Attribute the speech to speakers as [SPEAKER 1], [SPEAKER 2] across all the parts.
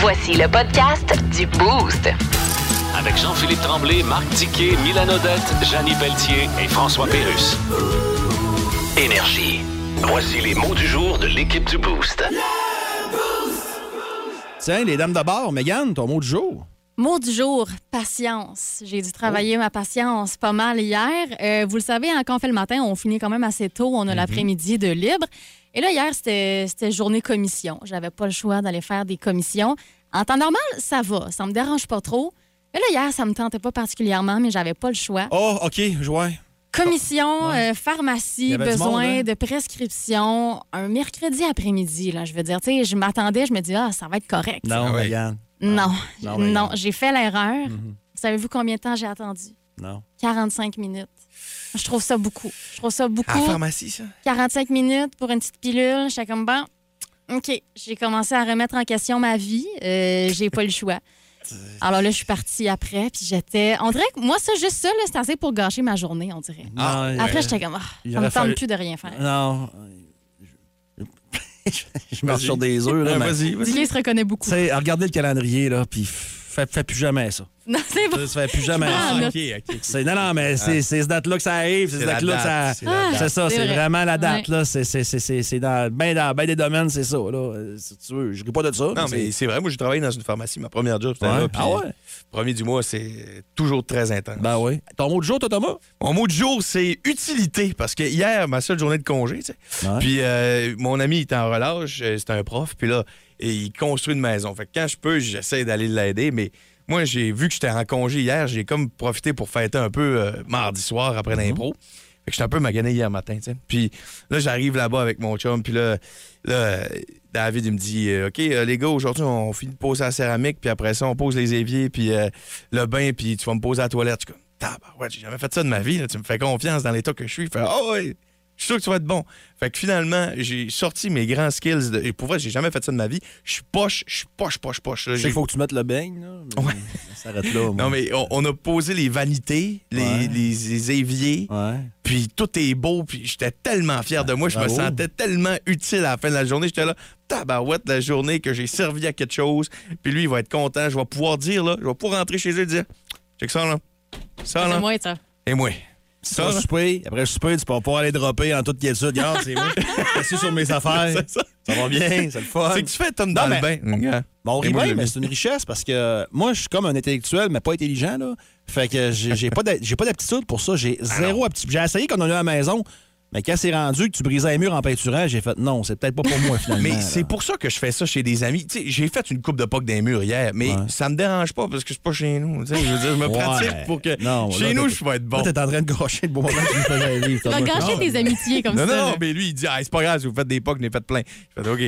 [SPEAKER 1] Voici le podcast du Boost.
[SPEAKER 2] Avec Jean-Philippe Tremblay, Marc Tiquet, Milan Odette, Janine Pelletier et François Pérus. Énergie. Voici les mots du jour de l'équipe du Boost.
[SPEAKER 3] Tiens, les dames de bord, Mégane, ton mot du jour.
[SPEAKER 4] Mot du jour, patience. J'ai dû travailler ma patience pas mal hier. Euh, vous le savez, hein, quand on fait le matin, on finit quand même assez tôt.
[SPEAKER 3] Mhm.
[SPEAKER 4] On a l'après-midi de libre. Et là, hier, c'était c'était journée commission. J'avais pas le choix d'aller faire des commissions. En temps normal, ça va. Ça me dérange pas trop. Mais là, hier, ça me tentait pas particulièrement, mais j'avais pas le choix.
[SPEAKER 3] Oh, OK, je vois.
[SPEAKER 4] Commission, euh,
[SPEAKER 3] Ouais. Il y
[SPEAKER 4] pharmacie,
[SPEAKER 3] avait du
[SPEAKER 4] besoin
[SPEAKER 3] monde, hein?
[SPEAKER 4] de prescription. Un mercredi après-midi, là, je veux dire. Tu sais, je m'attendais, je me dis, ah, ça va être correct.
[SPEAKER 3] Non,
[SPEAKER 5] Ah oui.
[SPEAKER 3] Mégane,
[SPEAKER 4] Non,
[SPEAKER 3] Non,
[SPEAKER 4] non,
[SPEAKER 3] mais non.
[SPEAKER 4] j'ai fait l'erreur. Savez-vous combien de temps j'ai attendu?
[SPEAKER 3] Mhm. non.
[SPEAKER 4] 45 minutes. Je trouve ça beaucoup. Je trouve ça beaucoup.
[SPEAKER 5] À la pharmacie, ça?
[SPEAKER 4] 45 minutes pour une petite pilule. J'étais comme, bon, OK, j'ai commencé à remettre en question ma vie. Euh, j'ai pas le choix. Alors là, je suis partie après, puis j'étais... On dirait que moi, ça, juste ça, là, c'est assez pour gâcher ma journée, on dirait.
[SPEAKER 5] Ah,
[SPEAKER 3] Non, euh,
[SPEAKER 4] Après, j'étais comme, ah,
[SPEAKER 3] Il
[SPEAKER 4] ça
[SPEAKER 3] aurait
[SPEAKER 4] me
[SPEAKER 3] fallu- Ah,
[SPEAKER 4] tente plus de rien faire.
[SPEAKER 3] Non. Je- Je, je marche
[SPEAKER 5] Vas-y.
[SPEAKER 3] sur des œufs, là.
[SPEAKER 5] Ah,
[SPEAKER 3] mais-
[SPEAKER 5] Vas-y, vas-y.
[SPEAKER 4] Dilly se reconnaît
[SPEAKER 3] Tu
[SPEAKER 4] beaucoup.
[SPEAKER 3] sais, regardez le calendrier, là, puis fais, fais plus jamais ça.
[SPEAKER 4] Non, c'est
[SPEAKER 3] Tu
[SPEAKER 4] bon.
[SPEAKER 3] sais, fais plus jamais
[SPEAKER 4] prends
[SPEAKER 3] ça.
[SPEAKER 4] en Ah, note.
[SPEAKER 5] ok.
[SPEAKER 3] C'est- Non, non, mais c'est c'est ce date-là que ça arrive, c'est ce
[SPEAKER 5] Ah. C'est la
[SPEAKER 3] date-là que ça.
[SPEAKER 5] date, c'est la
[SPEAKER 4] Ah.
[SPEAKER 3] C'est
[SPEAKER 5] date.
[SPEAKER 3] ça,
[SPEAKER 4] C'est
[SPEAKER 3] c'est
[SPEAKER 4] vrai.
[SPEAKER 3] vraiment la date,
[SPEAKER 4] Ouais.
[SPEAKER 3] là. C'est- C'est c'est- c'est- c'est dans ben, dans ben des domaines, c'est ça, là. Euh, Si tu veux, je ris pas de ça.
[SPEAKER 5] Non, mais
[SPEAKER 3] c'est-
[SPEAKER 5] c'est vrai, moi j'ai travaillé dans une pharmacie, ma première job, c'était
[SPEAKER 3] Ouais.
[SPEAKER 5] là. puis
[SPEAKER 3] Ah ouais?
[SPEAKER 5] Premier du mois, c'est toujours très intense.
[SPEAKER 3] Ben oui. Ton mot de jour, toi, Thomas?
[SPEAKER 5] Mon mot du jour, c'est utilité, parce que hier, ma seule journée de congé, tu sais,
[SPEAKER 3] Ouais.
[SPEAKER 5] Puis euh, mon ami, il était en relâche, euh, c'est un prof, puis là, et il construit une maison. Fait que quand je peux, j'essaie d'aller l'aider, mais moi, j'ai vu que j'étais en congé hier, j'ai comme profité pour fêter un peu euh, mardi soir après l'impro. Fait que j'étais un peu magané hier matin, tu sais. Puis là, j'arrive là-bas avec mon chum, puis là, là, euh, David, il me dit euh, OK, euh, les gars, aujourd'hui, on finit de poser la céramique, puis après ça, on pose les éviers, puis euh, le bain, puis tu vas me poser à la toilette. Je suis comme, Tabarouette, j'ai jamais fait ça de ma vie, là. tu me fais confiance dans l'état que je suis. Il fait Ah ouais, je suis sûr que tu vas être bon. Fait que finalement, j'ai sorti mes grands skills. De... Et pour vrai, j'ai jamais fait ça de ma vie. Je suis poche, je suis poche, poche, poche. là.
[SPEAKER 3] Je sais
[SPEAKER 5] J'ai-
[SPEAKER 3] qu'il faut que tu mettes le beigne, là. mais
[SPEAKER 5] Ouais.
[SPEAKER 3] Ça s'arrête là. moi.
[SPEAKER 5] Non, mais on, on a posé les vanités, les,
[SPEAKER 3] Ouais.
[SPEAKER 5] les- les éviers,
[SPEAKER 3] Ouais.
[SPEAKER 5] puis tout est beau, puis j'étais tellement fier de moi. Je me
[SPEAKER 3] Bravo.
[SPEAKER 5] sentais tellement utile à la fin de la journée. J'étais là, tabarouette, la journée que j'ai servi à quelque chose. Puis lui, il va être content. Je vais pouvoir dire, là, je vais pouvoir rentrer chez eux et dire, check ça, là. Ça,
[SPEAKER 3] hein.
[SPEAKER 4] C'est
[SPEAKER 5] là.
[SPEAKER 4] moi, ça.
[SPEAKER 5] Et moi.
[SPEAKER 3] Tu
[SPEAKER 5] Ça,
[SPEAKER 3] vas
[SPEAKER 5] là.
[SPEAKER 3] souper, après le souper, tu peux pas aller dropper en toute quiétude. Regarde, c'est moi. Assis sur mes affaires.
[SPEAKER 5] C'est ça.
[SPEAKER 3] Ça va bien, c'est le fun.
[SPEAKER 5] C'est que tu fais Tom
[SPEAKER 3] Non,
[SPEAKER 5] dans
[SPEAKER 3] mais-
[SPEAKER 5] le bain. Regarde.
[SPEAKER 3] Bon, on
[SPEAKER 5] Et
[SPEAKER 3] rit
[SPEAKER 5] moi,
[SPEAKER 3] bien,
[SPEAKER 5] je
[SPEAKER 3] mais
[SPEAKER 5] l'ai
[SPEAKER 3] c'est une richesse parce que euh, moi, je suis comme un intellectuel, mais pas intelligent, là. Fait que j'ai j'ai pas d'a- j'ai pas d'aptitude pour ça.
[SPEAKER 5] Ah
[SPEAKER 3] J'ai zéro aptitude. J'ai essayé qu'on en a eu à la maison, mais quand c'est rendu que tu brisais un mur en peinturant, j'ai fait non, c'est peut-être pas pour moi, finalement.
[SPEAKER 5] Mais
[SPEAKER 3] là.
[SPEAKER 5] c'est pour ça que je fais ça chez des amis. Tu sais, j'ai fait une coupe de poc d'un mur hier, mais ça me dérange pas parce que je suis pas chez nous. Tu sais, je veux dire, je me
[SPEAKER 3] Ouais.
[SPEAKER 5] pratique pour que
[SPEAKER 3] Non, là,
[SPEAKER 5] chez nous,
[SPEAKER 3] t'es-
[SPEAKER 5] je vais être bon.
[SPEAKER 3] Là, t'es en train de gâcher le bon moment que tu me faisais vivre.
[SPEAKER 4] Tu
[SPEAKER 3] Thomas.
[SPEAKER 4] vas gâcher tes amitiés comme
[SPEAKER 5] Non,
[SPEAKER 4] ça.
[SPEAKER 5] non,
[SPEAKER 4] là.
[SPEAKER 5] mais lui, il dit, ah, c'est pas grave, si vous faites des pocs, j'en ai fait plein. Je fais, OK.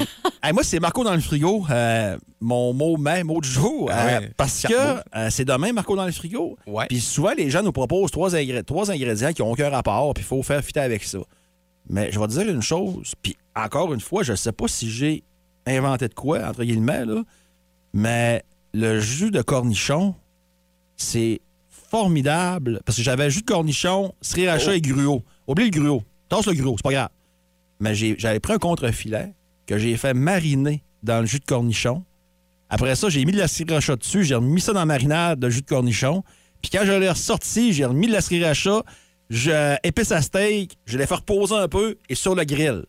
[SPEAKER 3] Hey, moi, c'est Marco dans le frigo. Euh, mon mot même, mot du jour.
[SPEAKER 5] Ah
[SPEAKER 3] Euh,
[SPEAKER 5] ouais,
[SPEAKER 3] parce que
[SPEAKER 5] Carbo.
[SPEAKER 3] euh, c'est demain, Marco dans le frigo.
[SPEAKER 5] Ouais.
[SPEAKER 3] Puis souvent, les gens nous proposent trois, ingré- trois ingrédients qui n'ont aucun rapport, puis il faut faire fitter avec ça. Mais je vais te dire une chose, puis encore une fois, je sais pas si j'ai inventé de quoi, entre guillemets, là, mais le jus de cornichon, c'est formidable. Parce que j'avais jus de cornichon, sriracha
[SPEAKER 5] Oh.
[SPEAKER 3] et gruau. Oublie le gruau. Tasse le gruau, c'est pas grave. Mais j'ai- j'avais pris un contre-filet que j'ai fait mariner dans le jus de cornichon. Après ça, j'ai mis de la sriracha dessus, j'ai remis ça dans la marinade de jus de cornichon. Puis quand je l'ai ressorti, j'ai remis de la sriracha, je épice à steak, je l'ai fait reposer un peu et sur le grill.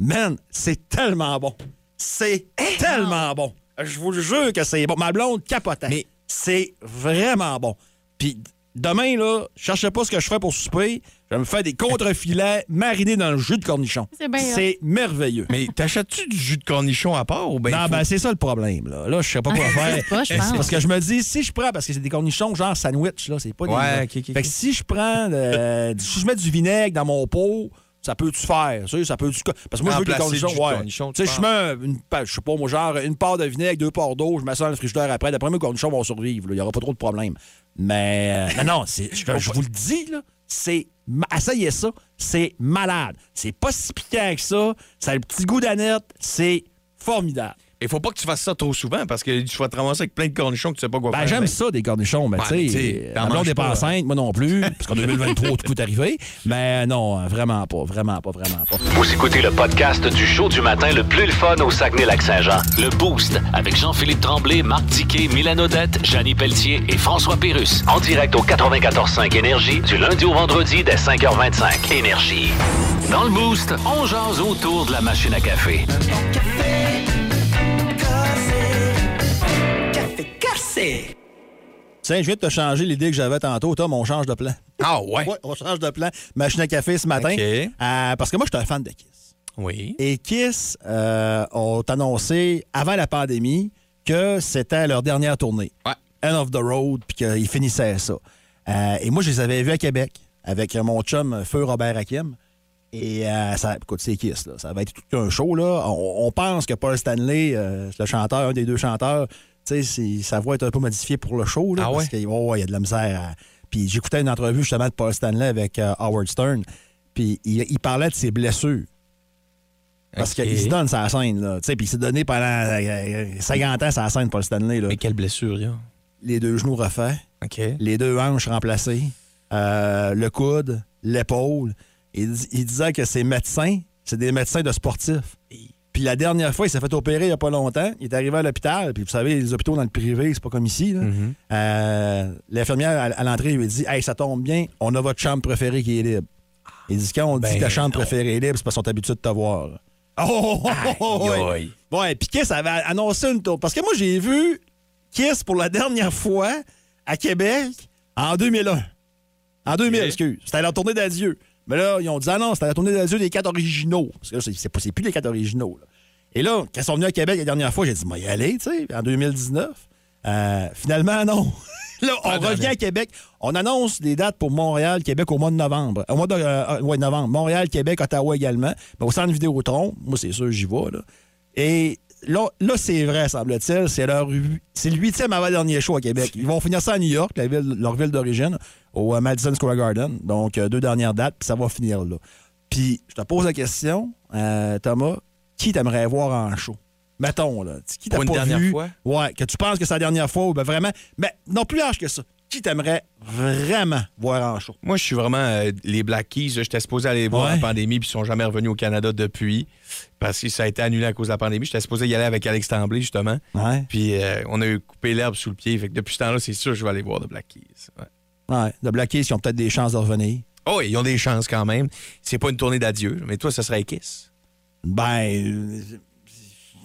[SPEAKER 3] Man, c'est tellement bon. C'est
[SPEAKER 5] Eh
[SPEAKER 3] tellement bon. Je vous jure que c'est bon. Ma blonde capotait. Mais c'est vraiment bon. Puis demain, là, je cherche pas ce que je fais pour souper. Je vais me faire des contre-filets marinés dans le jus de cornichon.
[SPEAKER 4] C'est bien, hein?
[SPEAKER 3] C'est merveilleux.
[SPEAKER 5] Mais t'achètes-tu du jus de cornichon à part ou ben
[SPEAKER 3] non,
[SPEAKER 5] faut-
[SPEAKER 3] ben c'est ça le problème. Là, là je sais pas quoi faire.
[SPEAKER 4] c'est pas, Ah, je
[SPEAKER 3] C'est
[SPEAKER 4] pense.
[SPEAKER 3] Parce que je me dis, si je prends, parce que c'est des cornichons genre sandwich, là, c'est pas des.
[SPEAKER 5] Ouais, ok, ok,
[SPEAKER 3] Fait que si je prends, euh, du- si je mets du vinaigre dans mon pot, ça peut-tu faire? Ça, ça peut-tu. co- Parce que moi, je veux que les
[SPEAKER 5] Remplacer le
[SPEAKER 3] cornichons.
[SPEAKER 5] jus de
[SPEAKER 3] ouais.
[SPEAKER 5] cornichon,
[SPEAKER 3] Tu sais,
[SPEAKER 5] tu
[SPEAKER 3] je mets une, pa- je sais pas, moi, genre une part de vinaigre, deux parts d'eau, je mets ça dans le frigidaire après. D'après moi, les cornichons vont survivre. là. Il y aura pas trop de problèmes. Mais. euh, non, non, c'est- je, je vous le dis, là. C'est. ma- Essayez ça. C'est malade. C'est pas si piquant que ça. Ça a le petit goût d'aneth. C'est formidable.
[SPEAKER 5] Il faut pas que tu fasses ça trop souvent parce que tu vas te ramasser avec plein de cornichons que tu sais pas quoi
[SPEAKER 3] Ben,
[SPEAKER 5] faire.
[SPEAKER 3] j'aime
[SPEAKER 5] avec.
[SPEAKER 3] ça, des cornichons, mais
[SPEAKER 5] Ouais,
[SPEAKER 3] tu
[SPEAKER 5] mais
[SPEAKER 3] sais,
[SPEAKER 5] t'sais, t'en
[SPEAKER 3] la blonde
[SPEAKER 5] manges
[SPEAKER 3] n'est pas
[SPEAKER 5] pas, hein.
[SPEAKER 3] enceinte, moi non plus, parce qu'en 2023, tout est arrivé. Mais non, euh, vraiment pas, vraiment pas, vraiment pas.
[SPEAKER 2] Vous écoutez le podcast du show du matin le plus le fun au Saguenay-Lac-Saint-Jean. Le Boost avec Jean-Philippe Tremblay, Marc Tiquet, Milan Odette, Janine Pelletier et François Pérus. En direct au 94.5 Énergie du lundi au vendredi dès 5h25. Énergie. Dans le Boost, on jase autour de la machine à café.
[SPEAKER 3] Tiens, je viens de te changer l'idée que j'avais tantôt. Tom, on change de plan.
[SPEAKER 5] Ah ouais?
[SPEAKER 3] Ouais, on change de plan. Machine à café ce matin.
[SPEAKER 5] OK.
[SPEAKER 3] Euh, parce que moi, je suis un fan de Kiss.
[SPEAKER 5] Oui.
[SPEAKER 3] Et Kiss euh, ont annoncé, avant la pandémie, que c'était leur dernière tournée.
[SPEAKER 5] Ouais.
[SPEAKER 3] End of the Road, puis qu'ils finissaient ça. Euh, et moi, je les avais vus à Québec avec mon chum Feu Robert Hakim. Et euh, ça, écoute, c'est Kiss, là. Ça va être tout un show, là. On, on pense que Paul Stanley, euh, le chanteur, un des deux chanteurs, tu sais, c'est- sa voix est un peu modifiée pour le show, là.
[SPEAKER 5] Ah
[SPEAKER 3] parce
[SPEAKER 5] ouais?
[SPEAKER 3] qu'il oh, ouais, il y a de la misère. à- Puis j'écoutais une entrevue justement de Paul Stanley avec euh, Howard Stern. Puis il- il parlait de ses blessures. Parce
[SPEAKER 5] Ok.
[SPEAKER 3] qu'il se donne sa scène, là. Tu sais, puis il s'est donné pendant euh, 50 ans sa scène, Paul Stanley, là.
[SPEAKER 5] Mais quelle blessure, il y a.
[SPEAKER 3] Les deux genoux refaits,
[SPEAKER 5] OK.
[SPEAKER 3] les deux hanches remplacées, euh, le coude, l'épaule. Il, dis- il disait que ses médecins, c'est des médecins de sportifs. Puis la dernière fois, il s'est fait opérer il n'y a pas longtemps. Il est arrivé à l'hôpital. Puis vous savez, les hôpitaux dans le privé, c'est pas comme ici. là.
[SPEAKER 5] Mm-hmm.
[SPEAKER 3] Euh, L'infirmière à, à l'entrée lui a dit Hey, ça tombe bien, on a votre chambre préférée qui est libre. Il dit Quand on dit
[SPEAKER 5] Ben,
[SPEAKER 3] ta chambre
[SPEAKER 5] non.
[SPEAKER 3] préférée est libre, c'est parce qu'on est habitué de te voir. Oh, oh, oh, oh, oh,
[SPEAKER 5] Aïe,
[SPEAKER 3] ouais.
[SPEAKER 5] aïe.
[SPEAKER 3] Ouais, puis Kiss avait annoncé une tour. Parce que moi, j'ai vu Kiss pour la dernière fois à Québec en 2001. En 2000,
[SPEAKER 5] Ok.
[SPEAKER 3] excuse. C'était la tournée d'adieu. Mais là, ils ont dit, ah non, c'était la tournée d'adieu des quatre originaux. Parce que là, c'est- c'est pas- c'est plus les quatre originaux. là. Et là, quand ils sont venus à Québec la dernière fois, j'ai dit, moi, y aller, tu sais, en 2019. Euh, finalement, non. là, on
[SPEAKER 5] Attendez.
[SPEAKER 3] revient à Québec. On annonce des dates pour Montréal, Québec au mois de novembre. Au mois de euh, ouais, novembre. Montréal, Québec, Ottawa également. Mais au centre Vidéotron, moi, c'est sûr, j'y vais. Là. Et là, là c'est vrai, semble-t-il. C'est leur hu- c'est le huitième avant-dernier show à Québec. Ils vont finir ça à New York, la ville- leur ville d'origine, au euh, Madison Square Garden. Donc, euh, deux dernières dates, puis ça va finir là. Puis, je te pose la question, euh, Thomas, qui t'aimerais voir en show? Mettons, là. Qui t'as
[SPEAKER 5] Pour une
[SPEAKER 3] pas
[SPEAKER 5] dernière
[SPEAKER 3] vu?
[SPEAKER 5] fois?
[SPEAKER 3] Ouais, que tu penses que c'est la dernière fois ou ben vraiment. Mais non, plus large que ça. Qui t'aimerais vraiment voir en show?
[SPEAKER 5] Moi, je suis vraiment euh, les Black Keys. là, J'étais supposé aller les voir
[SPEAKER 3] Ouais.
[SPEAKER 5] la pandémie, puis ils sont jamais revenus au Canada depuis, parce que ça a été annulé à cause de la pandémie. J'étais supposé y aller avec Alex Tremblay, justement.
[SPEAKER 3] Ouais.
[SPEAKER 5] Puis euh, on a eu coupé l'herbe sous le pied. Fait que depuis ce temps-là, c'est sûr que je vais aller voir The Black Keys. Ouais.
[SPEAKER 3] Ouais. De bloquer s'ils ont peut-être des chances de revenir.
[SPEAKER 5] Oh, ils ont des chances quand même. C'est pas une tournée d'adieu, mais toi, ça serait Kiss.
[SPEAKER 3] Ben, euh,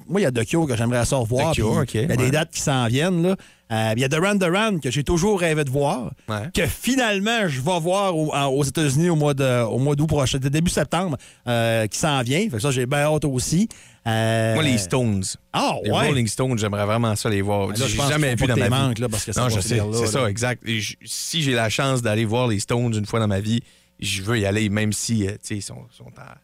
[SPEAKER 3] moi, il y a The Cure que j'aimerais ça revoir.
[SPEAKER 5] The Cure,
[SPEAKER 3] puis
[SPEAKER 5] OK,
[SPEAKER 3] Il y a des
[SPEAKER 5] ouais.
[SPEAKER 3] dates qui s'en viennent. là. Euh, Il y a Duran Duran que j'ai toujours rêvé de voir,
[SPEAKER 5] Ouais.
[SPEAKER 3] que finalement, je vais voir au- en- aux États-Unis au mois de- au mois d'août prochain, de début septembre, euh, qui s'en vient. Fait que ça, j'ai bien hâte aussi. Euh,
[SPEAKER 5] Moi, les Stones.
[SPEAKER 3] Ah,
[SPEAKER 5] Les
[SPEAKER 3] ouais.
[SPEAKER 5] Rolling Stones, j'aimerais vraiment ça les voir.
[SPEAKER 3] Ben là, je
[SPEAKER 5] J'ai
[SPEAKER 3] pense
[SPEAKER 5] jamais
[SPEAKER 3] qu'il faut
[SPEAKER 5] vu
[SPEAKER 3] pas
[SPEAKER 5] dans
[SPEAKER 3] que
[SPEAKER 5] ma
[SPEAKER 3] t'aies
[SPEAKER 5] vie.
[SPEAKER 3] manques, là, parce que ça
[SPEAKER 5] non,
[SPEAKER 3] va
[SPEAKER 5] je
[SPEAKER 3] se
[SPEAKER 5] sais,
[SPEAKER 3] dire là,
[SPEAKER 5] c'est
[SPEAKER 3] là.
[SPEAKER 5] ça, exact. Et je- si j'ai la chance d'aller voir les Stones une fois dans ma vie, je veux y aller, même si, euh, tu sais, ils sont, sont en...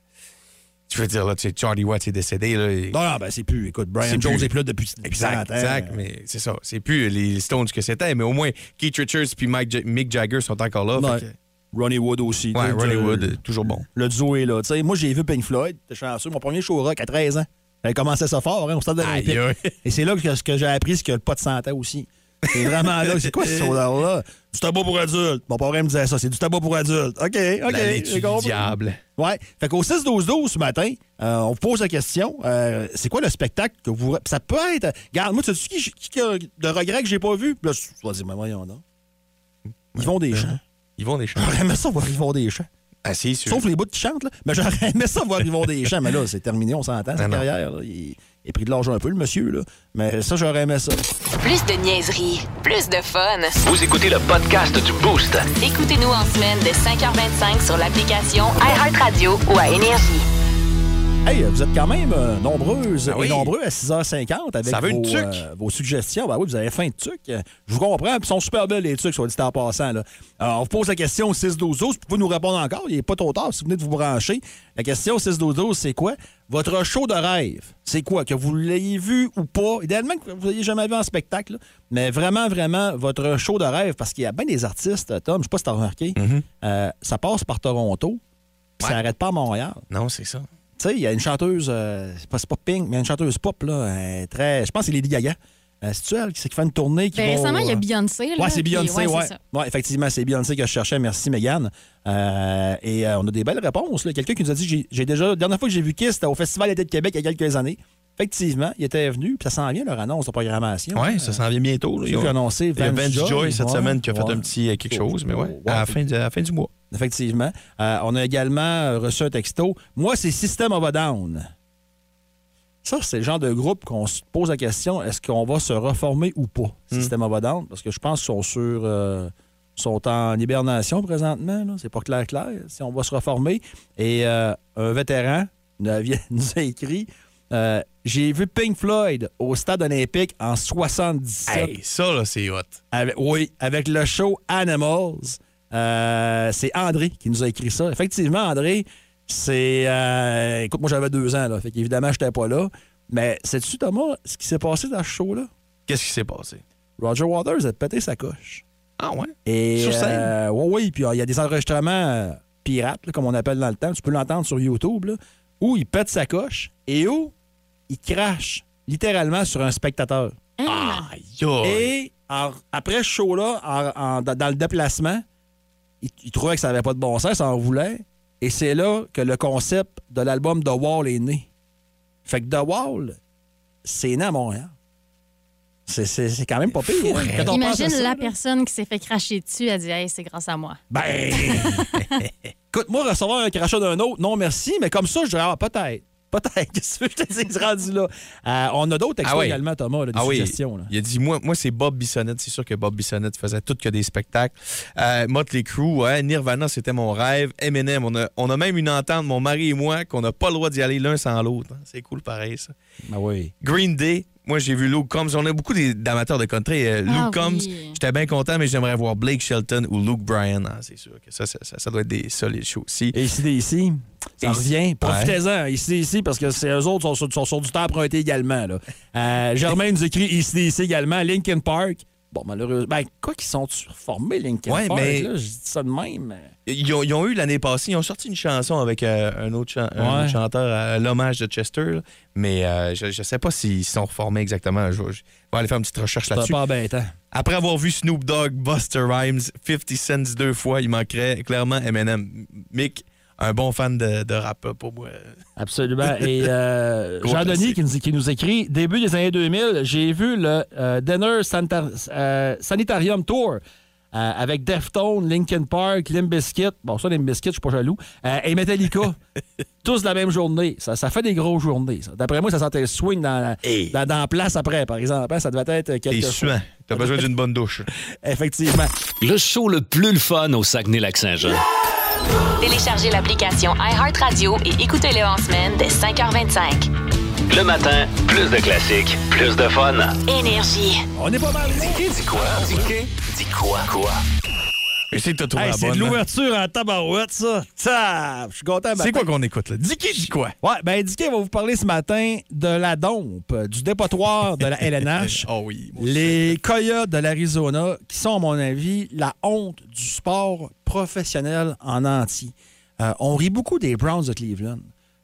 [SPEAKER 5] Tu veux dire, là, tu sais, Charlie Watts est décédé, là. et-
[SPEAKER 3] Non, non, ben, c'est plus. Écoute, Brian
[SPEAKER 5] C'est
[SPEAKER 3] Jones
[SPEAKER 5] plus.
[SPEAKER 3] est plus là depuis depuis
[SPEAKER 5] Exact,
[SPEAKER 3] 40 ans.
[SPEAKER 5] exact, mais c'est ça. C'est plus les Stones que c'était, mais au moins Keith Richards puis Mike Ja- Mick Jagger sont encore là.
[SPEAKER 3] Ouais.
[SPEAKER 5] fait
[SPEAKER 3] Ronnie Wood aussi.
[SPEAKER 5] que- ouais,
[SPEAKER 3] Tu sais,
[SPEAKER 5] Ronnie
[SPEAKER 3] tu-
[SPEAKER 5] Wood, euh, toujours bon.
[SPEAKER 3] Le duo est là. Tu sais, moi, j'ai vu Pink Floyd. T'es chanceux. Mon premier show rock à 13 ans. J'avais commencé ça fort, hein, au stade
[SPEAKER 5] Aïe,
[SPEAKER 3] olympique.
[SPEAKER 5] aïe.
[SPEAKER 3] Et c'est là que, ce que j'ai appris ce que le pot de santé aussi. C'est vraiment là. C'est quoi ce odeur-là? Du tabac pour adultes. Mon père me disait ça. C'est du tabac pour adultes. OK, OK.
[SPEAKER 5] L'allée
[SPEAKER 3] j'ai
[SPEAKER 5] du
[SPEAKER 3] compris.
[SPEAKER 5] diable.
[SPEAKER 3] Ouais. Fait qu'au 6-12-12 ce matin, euh, on vous pose la question. euh, c'est quoi le spectacle que vous. Ça peut être. Regarde, moi, tu sais, qui, qui, qui a de regret que j'ai pas vu? Puis là, tu vas dire, mais voyons donc. Ils vont des chants.
[SPEAKER 5] Euh, Ils vont des chants.
[SPEAKER 3] J'aurais aimé ça voir Yvon des chants.
[SPEAKER 5] Ah, c'est sûr.
[SPEAKER 3] Sauf les bouts qui chantent, là. Mais j'aurais aimé ça voir Yvon Deschamps. Mais là, c'est terminé, on s'entend, sa
[SPEAKER 5] Ah non.
[SPEAKER 3] carrière. là. Il, il a pris de l'argent un peu, le monsieur, là. Mais ça, j'aurais aimé ça.
[SPEAKER 1] Plus de niaiserie, plus de fun.
[SPEAKER 2] Vous écoutez le podcast du Boost.
[SPEAKER 1] Écoutez-nous en semaine de 5h25 sur l'application iHeartRadio ou à Énergie.
[SPEAKER 3] Hey, vous êtes quand même euh, nombreuses
[SPEAKER 5] Ah oui.
[SPEAKER 3] et nombreux à 6h50 avec
[SPEAKER 5] Ça veut
[SPEAKER 3] vos,
[SPEAKER 5] une tuque.
[SPEAKER 3] euh, vos suggestions. Ben oui, vous avez faim de tuque. Euh, Je vous comprends. Ils sont super belles, les tuques, soit dit en passant. Là. Euh, on vous pose la question au 6 12 12 Vous pouvez nous répondre encore. Il n'est pas trop tard si vous venez de vous brancher. La question au 6 12 12 c'est quoi? Votre show de rêve, c'est quoi? Que vous l'ayez vu ou pas? Idéalement, que vous l'ayez jamais vu en spectacle. là. Mais vraiment, vraiment, votre show de rêve, parce qu'il y a bien des artistes, Tom, je sais pas si tu
[SPEAKER 5] Mm-hmm.
[SPEAKER 3] as remarqué, euh, ça passe par Toronto, puis ça n'arrête pas à Montréal.
[SPEAKER 5] Non, c'est ça.
[SPEAKER 3] Tu tu sais, il y a une chanteuse, euh, c'est pas, c'est pas Pink, mais une chanteuse pop, là, elle est très. Je pense que c'est Lady Gaga. Euh, C'est-tu elle qui, qui fait une tournée qui
[SPEAKER 4] Ben,
[SPEAKER 3] va- euh,
[SPEAKER 4] récemment, il y a Beyoncé. là,
[SPEAKER 3] Ouais, c'est
[SPEAKER 4] puis-
[SPEAKER 3] Beyoncé, ouais.
[SPEAKER 4] c'est
[SPEAKER 3] Ouais,
[SPEAKER 4] ça.
[SPEAKER 3] effectivement, c'est Beyoncé que je cherchais. Merci, Megan. Euh, et euh, on a des belles réponses. là. Quelqu'un qui nous a dit j'ai- J'ai déjà. La dernière fois que j'ai vu Kiss, c'était au Festival d'été de Québec il y a quelques années. Effectivement, il était venu, puis ça s'en vient leur annonce de programmation.
[SPEAKER 5] Oui, ça s'en vient bientôt. là.
[SPEAKER 3] Ceux qui ont annoncé
[SPEAKER 5] Il y a
[SPEAKER 3] Vance
[SPEAKER 5] Vance
[SPEAKER 3] Joy,
[SPEAKER 5] Joy, cette
[SPEAKER 3] ouais,
[SPEAKER 5] semaine qui a fait
[SPEAKER 3] ouais.
[SPEAKER 5] un petit euh, quelque chose, mais ouais,
[SPEAKER 3] Ouais.
[SPEAKER 5] à, la fin, du- à la fin du mois.
[SPEAKER 3] Effectivement. Euh, on a également euh, reçu un texto. Moi, c'est System of a Down. Ça, c'est le genre de groupe qu'on se pose la question est-ce qu'on va se reformer ou pas,
[SPEAKER 5] Hmm.
[SPEAKER 3] System of a Down Parce que je pense qu'ils sont sur. euh, sont en hibernation présentement. là. C'est pas clair, clair. Si on va se reformer. Et euh, un vétéran nous a, nous a écrit euh, J'ai vu Pink Floyd au stade olympique en 77.
[SPEAKER 5] Hey, ça, là, c'est hot.
[SPEAKER 3] Avec- oui, avec le show Animals. Euh, c'est André qui nous a écrit ça. Effectivement, André, c'est. euh, écoute, moi, j'avais deux ans, là. Fait qu'évidemment, j'étais pas là. Mais sais-tu, Thomas, ce qui s'est passé dans ce show-là?
[SPEAKER 5] Qu'est-ce qui s'est passé?
[SPEAKER 3] Roger Waters a pété sa coche.
[SPEAKER 5] Ah ouais?
[SPEAKER 3] Et,
[SPEAKER 5] Sur scène?
[SPEAKER 3] euh, oui, oui. Puis euh, il y a des enregistrements euh, pirates, là, comme on appelle dans le temps. Tu peux l'entendre sur YouTube, là, où il pète sa coche et où il crache littéralement sur un spectateur.
[SPEAKER 4] Hein?
[SPEAKER 5] Aïe, aïe.
[SPEAKER 3] Et en- après ce show-là, en- en- dans dans le déplacement, il, il trouvait que ça n'avait pas de bon sens, ça en voulait. Et c'est là que le concept de l'album The Wall est né. Fait que The Wall, c'est né à Montréal. C'est- C'est c'est quand même pas pire. hein, quand on pense à
[SPEAKER 4] Imagine
[SPEAKER 3] ça,
[SPEAKER 4] la
[SPEAKER 3] là.
[SPEAKER 4] personne qui s'est fait cracher dessus, elle dit Hey, c'est grâce à moi.
[SPEAKER 3] Ben! Écoute-moi, recevoir un crachat d'un autre, non merci, mais comme ça, je dirais, ah, peut-être. Peut-être. Qu'est-ce que je te dis rendu là? Euh, on a d'autres textos
[SPEAKER 5] Ah oui.
[SPEAKER 3] également, Thomas, là, des
[SPEAKER 5] Ah oui,
[SPEAKER 3] suggestions. là.
[SPEAKER 5] il a dit, moi, moi c'est Bob Bissonnette. C'est sûr que Bob Bissonnette faisait tout que des spectacles. Euh, Motley Crue, ouais, Nirvana, c'était mon rêve. Eminem, on a, on a même une entente, mon mari et moi, qu'on n'a pas le droit d'y aller l'un sans l'autre. hein. C'est cool pareil, ça.
[SPEAKER 3] Ah oui.
[SPEAKER 5] Green Day. Moi, j'ai vu Luke Combs. On a beaucoup des- d'amateurs de country. Euh, Luke
[SPEAKER 4] Ah oui.
[SPEAKER 5] Combs, j'étais bien content, mais j'aimerais voir Blake Shelton ou Luke Bryan. Ah, c'est sûr que ça, ça, ça- ça doit être des solides shows aussi.
[SPEAKER 3] Et ici, ici, ça
[SPEAKER 5] AC/DC.
[SPEAKER 3] revient. Profitez-en, ici, ici, parce que c'est eux autres sont, sur- sont sur du temps emprunté également. Là. Euh, Germain nous écrit ici, ici également, Linkin Park. Bon, malheureusement, ben, quoi qu'ils sont formés, Linkin
[SPEAKER 5] Ouais,
[SPEAKER 3] Park,
[SPEAKER 5] mais-
[SPEAKER 3] là, je dis ça de même. mais-
[SPEAKER 5] Ils ont, ils ont eu l'année passée, ils ont sorti une chanson avec euh, un, autre chan- un
[SPEAKER 3] Ouais.
[SPEAKER 5] autre chanteur à l'hommage de Chester, là. mais euh, je ne sais pas s'ils sont reformés exactement. Je, je vais aller faire une petite recherche
[SPEAKER 3] C'est
[SPEAKER 5] là-dessus.
[SPEAKER 3] pas embêtant.
[SPEAKER 5] Après avoir vu Snoop Dogg, Buster Rhymes, 50 Cent deux fois, il manquerait clairement Eminem. Mick, un bon fan de, de rap euh, pour moi.
[SPEAKER 3] Absolument. Et euh,
[SPEAKER 5] Gros
[SPEAKER 3] Jean-Denis
[SPEAKER 5] classique.
[SPEAKER 3] qui nous, qui nous écrit Début des années 2000, j'ai vu le euh, Denner Santa- euh, Sanitarium Tour. euh, avec Deftone, Linkin Park, Limp Bizkit. Bon, ça, Limp Bizkit, je suis pas jaloux. euh, et Metallica. Tous la même journée. Ça, ça fait des grosses journées. ça. D'après moi, ça sentait le swing dans la,
[SPEAKER 5] Hey.
[SPEAKER 3] dans, dans la place après, par exemple. hein. Ça devait être quelque
[SPEAKER 5] T'es
[SPEAKER 3] chose.
[SPEAKER 5] suant. T'as besoin d'une bonne douche.
[SPEAKER 3] Effectivement.
[SPEAKER 2] Le show le plus le fun au Saguenay-Lac-Saint-Jean.
[SPEAKER 1] Téléchargez l'application iHeartRadio et écoutez-le en semaine dès 5h25.
[SPEAKER 2] Le matin, plus de classiques, plus de fun.
[SPEAKER 1] Énergie.
[SPEAKER 3] On est pas mal.
[SPEAKER 2] Qui dit quoi? Dis qui? Dit quoi? Quoi?
[SPEAKER 5] Essaye de te trouver
[SPEAKER 3] Hey,
[SPEAKER 5] la
[SPEAKER 3] c'est de
[SPEAKER 5] bonne, hein.
[SPEAKER 3] l'ouverture en tabarouette, ça. Ça, je suis content.
[SPEAKER 5] C'est quoi qu'on écoute là? Dis qui, dis quoi?
[SPEAKER 3] Ouais, ben Dicky va vous parler ce matin de la dompe, euh, du dépotoir de la LNH.
[SPEAKER 5] Oh oui. moi.
[SPEAKER 3] Les Coyotes de l'Arizona, qui sont, à mon avis, la honte du sport professionnel en entier. Euh, on rit beaucoup des Browns de Cleveland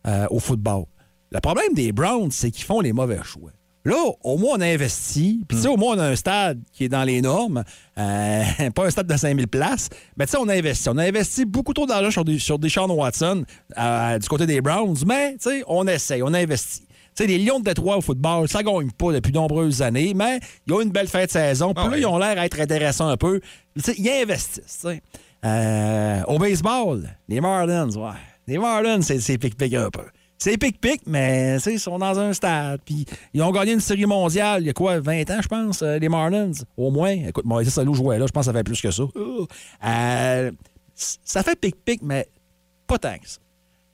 [SPEAKER 3] euh, au football. Le problème des Browns, c'est qu'ils font les mauvais choix. Là, au moins, on investit. Puis, tu sais,
[SPEAKER 5] Hmm.
[SPEAKER 3] au moins, on a un stade qui est dans les normes. Euh, pas un stade de 5000 places. Mais, tu sais, on investit. On a investi beaucoup trop d'argent sur, des, sur Deshaun Watson euh, du côté des Browns. Mais, tu sais, on essaye. On investit. Tu sais, les Lions de Détroit au football, ça gagne pas depuis de nombreuses années, mais ils ont une belle fin de saison. Plus
[SPEAKER 5] Ah ouais.
[SPEAKER 3] ils ont l'air à être intéressants un peu. Tu sais, ils investissent. tu sais. Euh, au baseball, les Marlins, ouais. Les Marlins, c'est c'est pic-pic un peu. C'est pic-pic, mais tu sais, ils sont dans un stade. Puis ils ont gagné une série mondiale il y a quoi, 20 ans, je pense, euh, les Marlins? Au moins. Écoute, Moïse Salou jouait là, je pense que ça fait plus que ça. Ouh. Euh, ça fait pic-pic, mais pas tant que ça.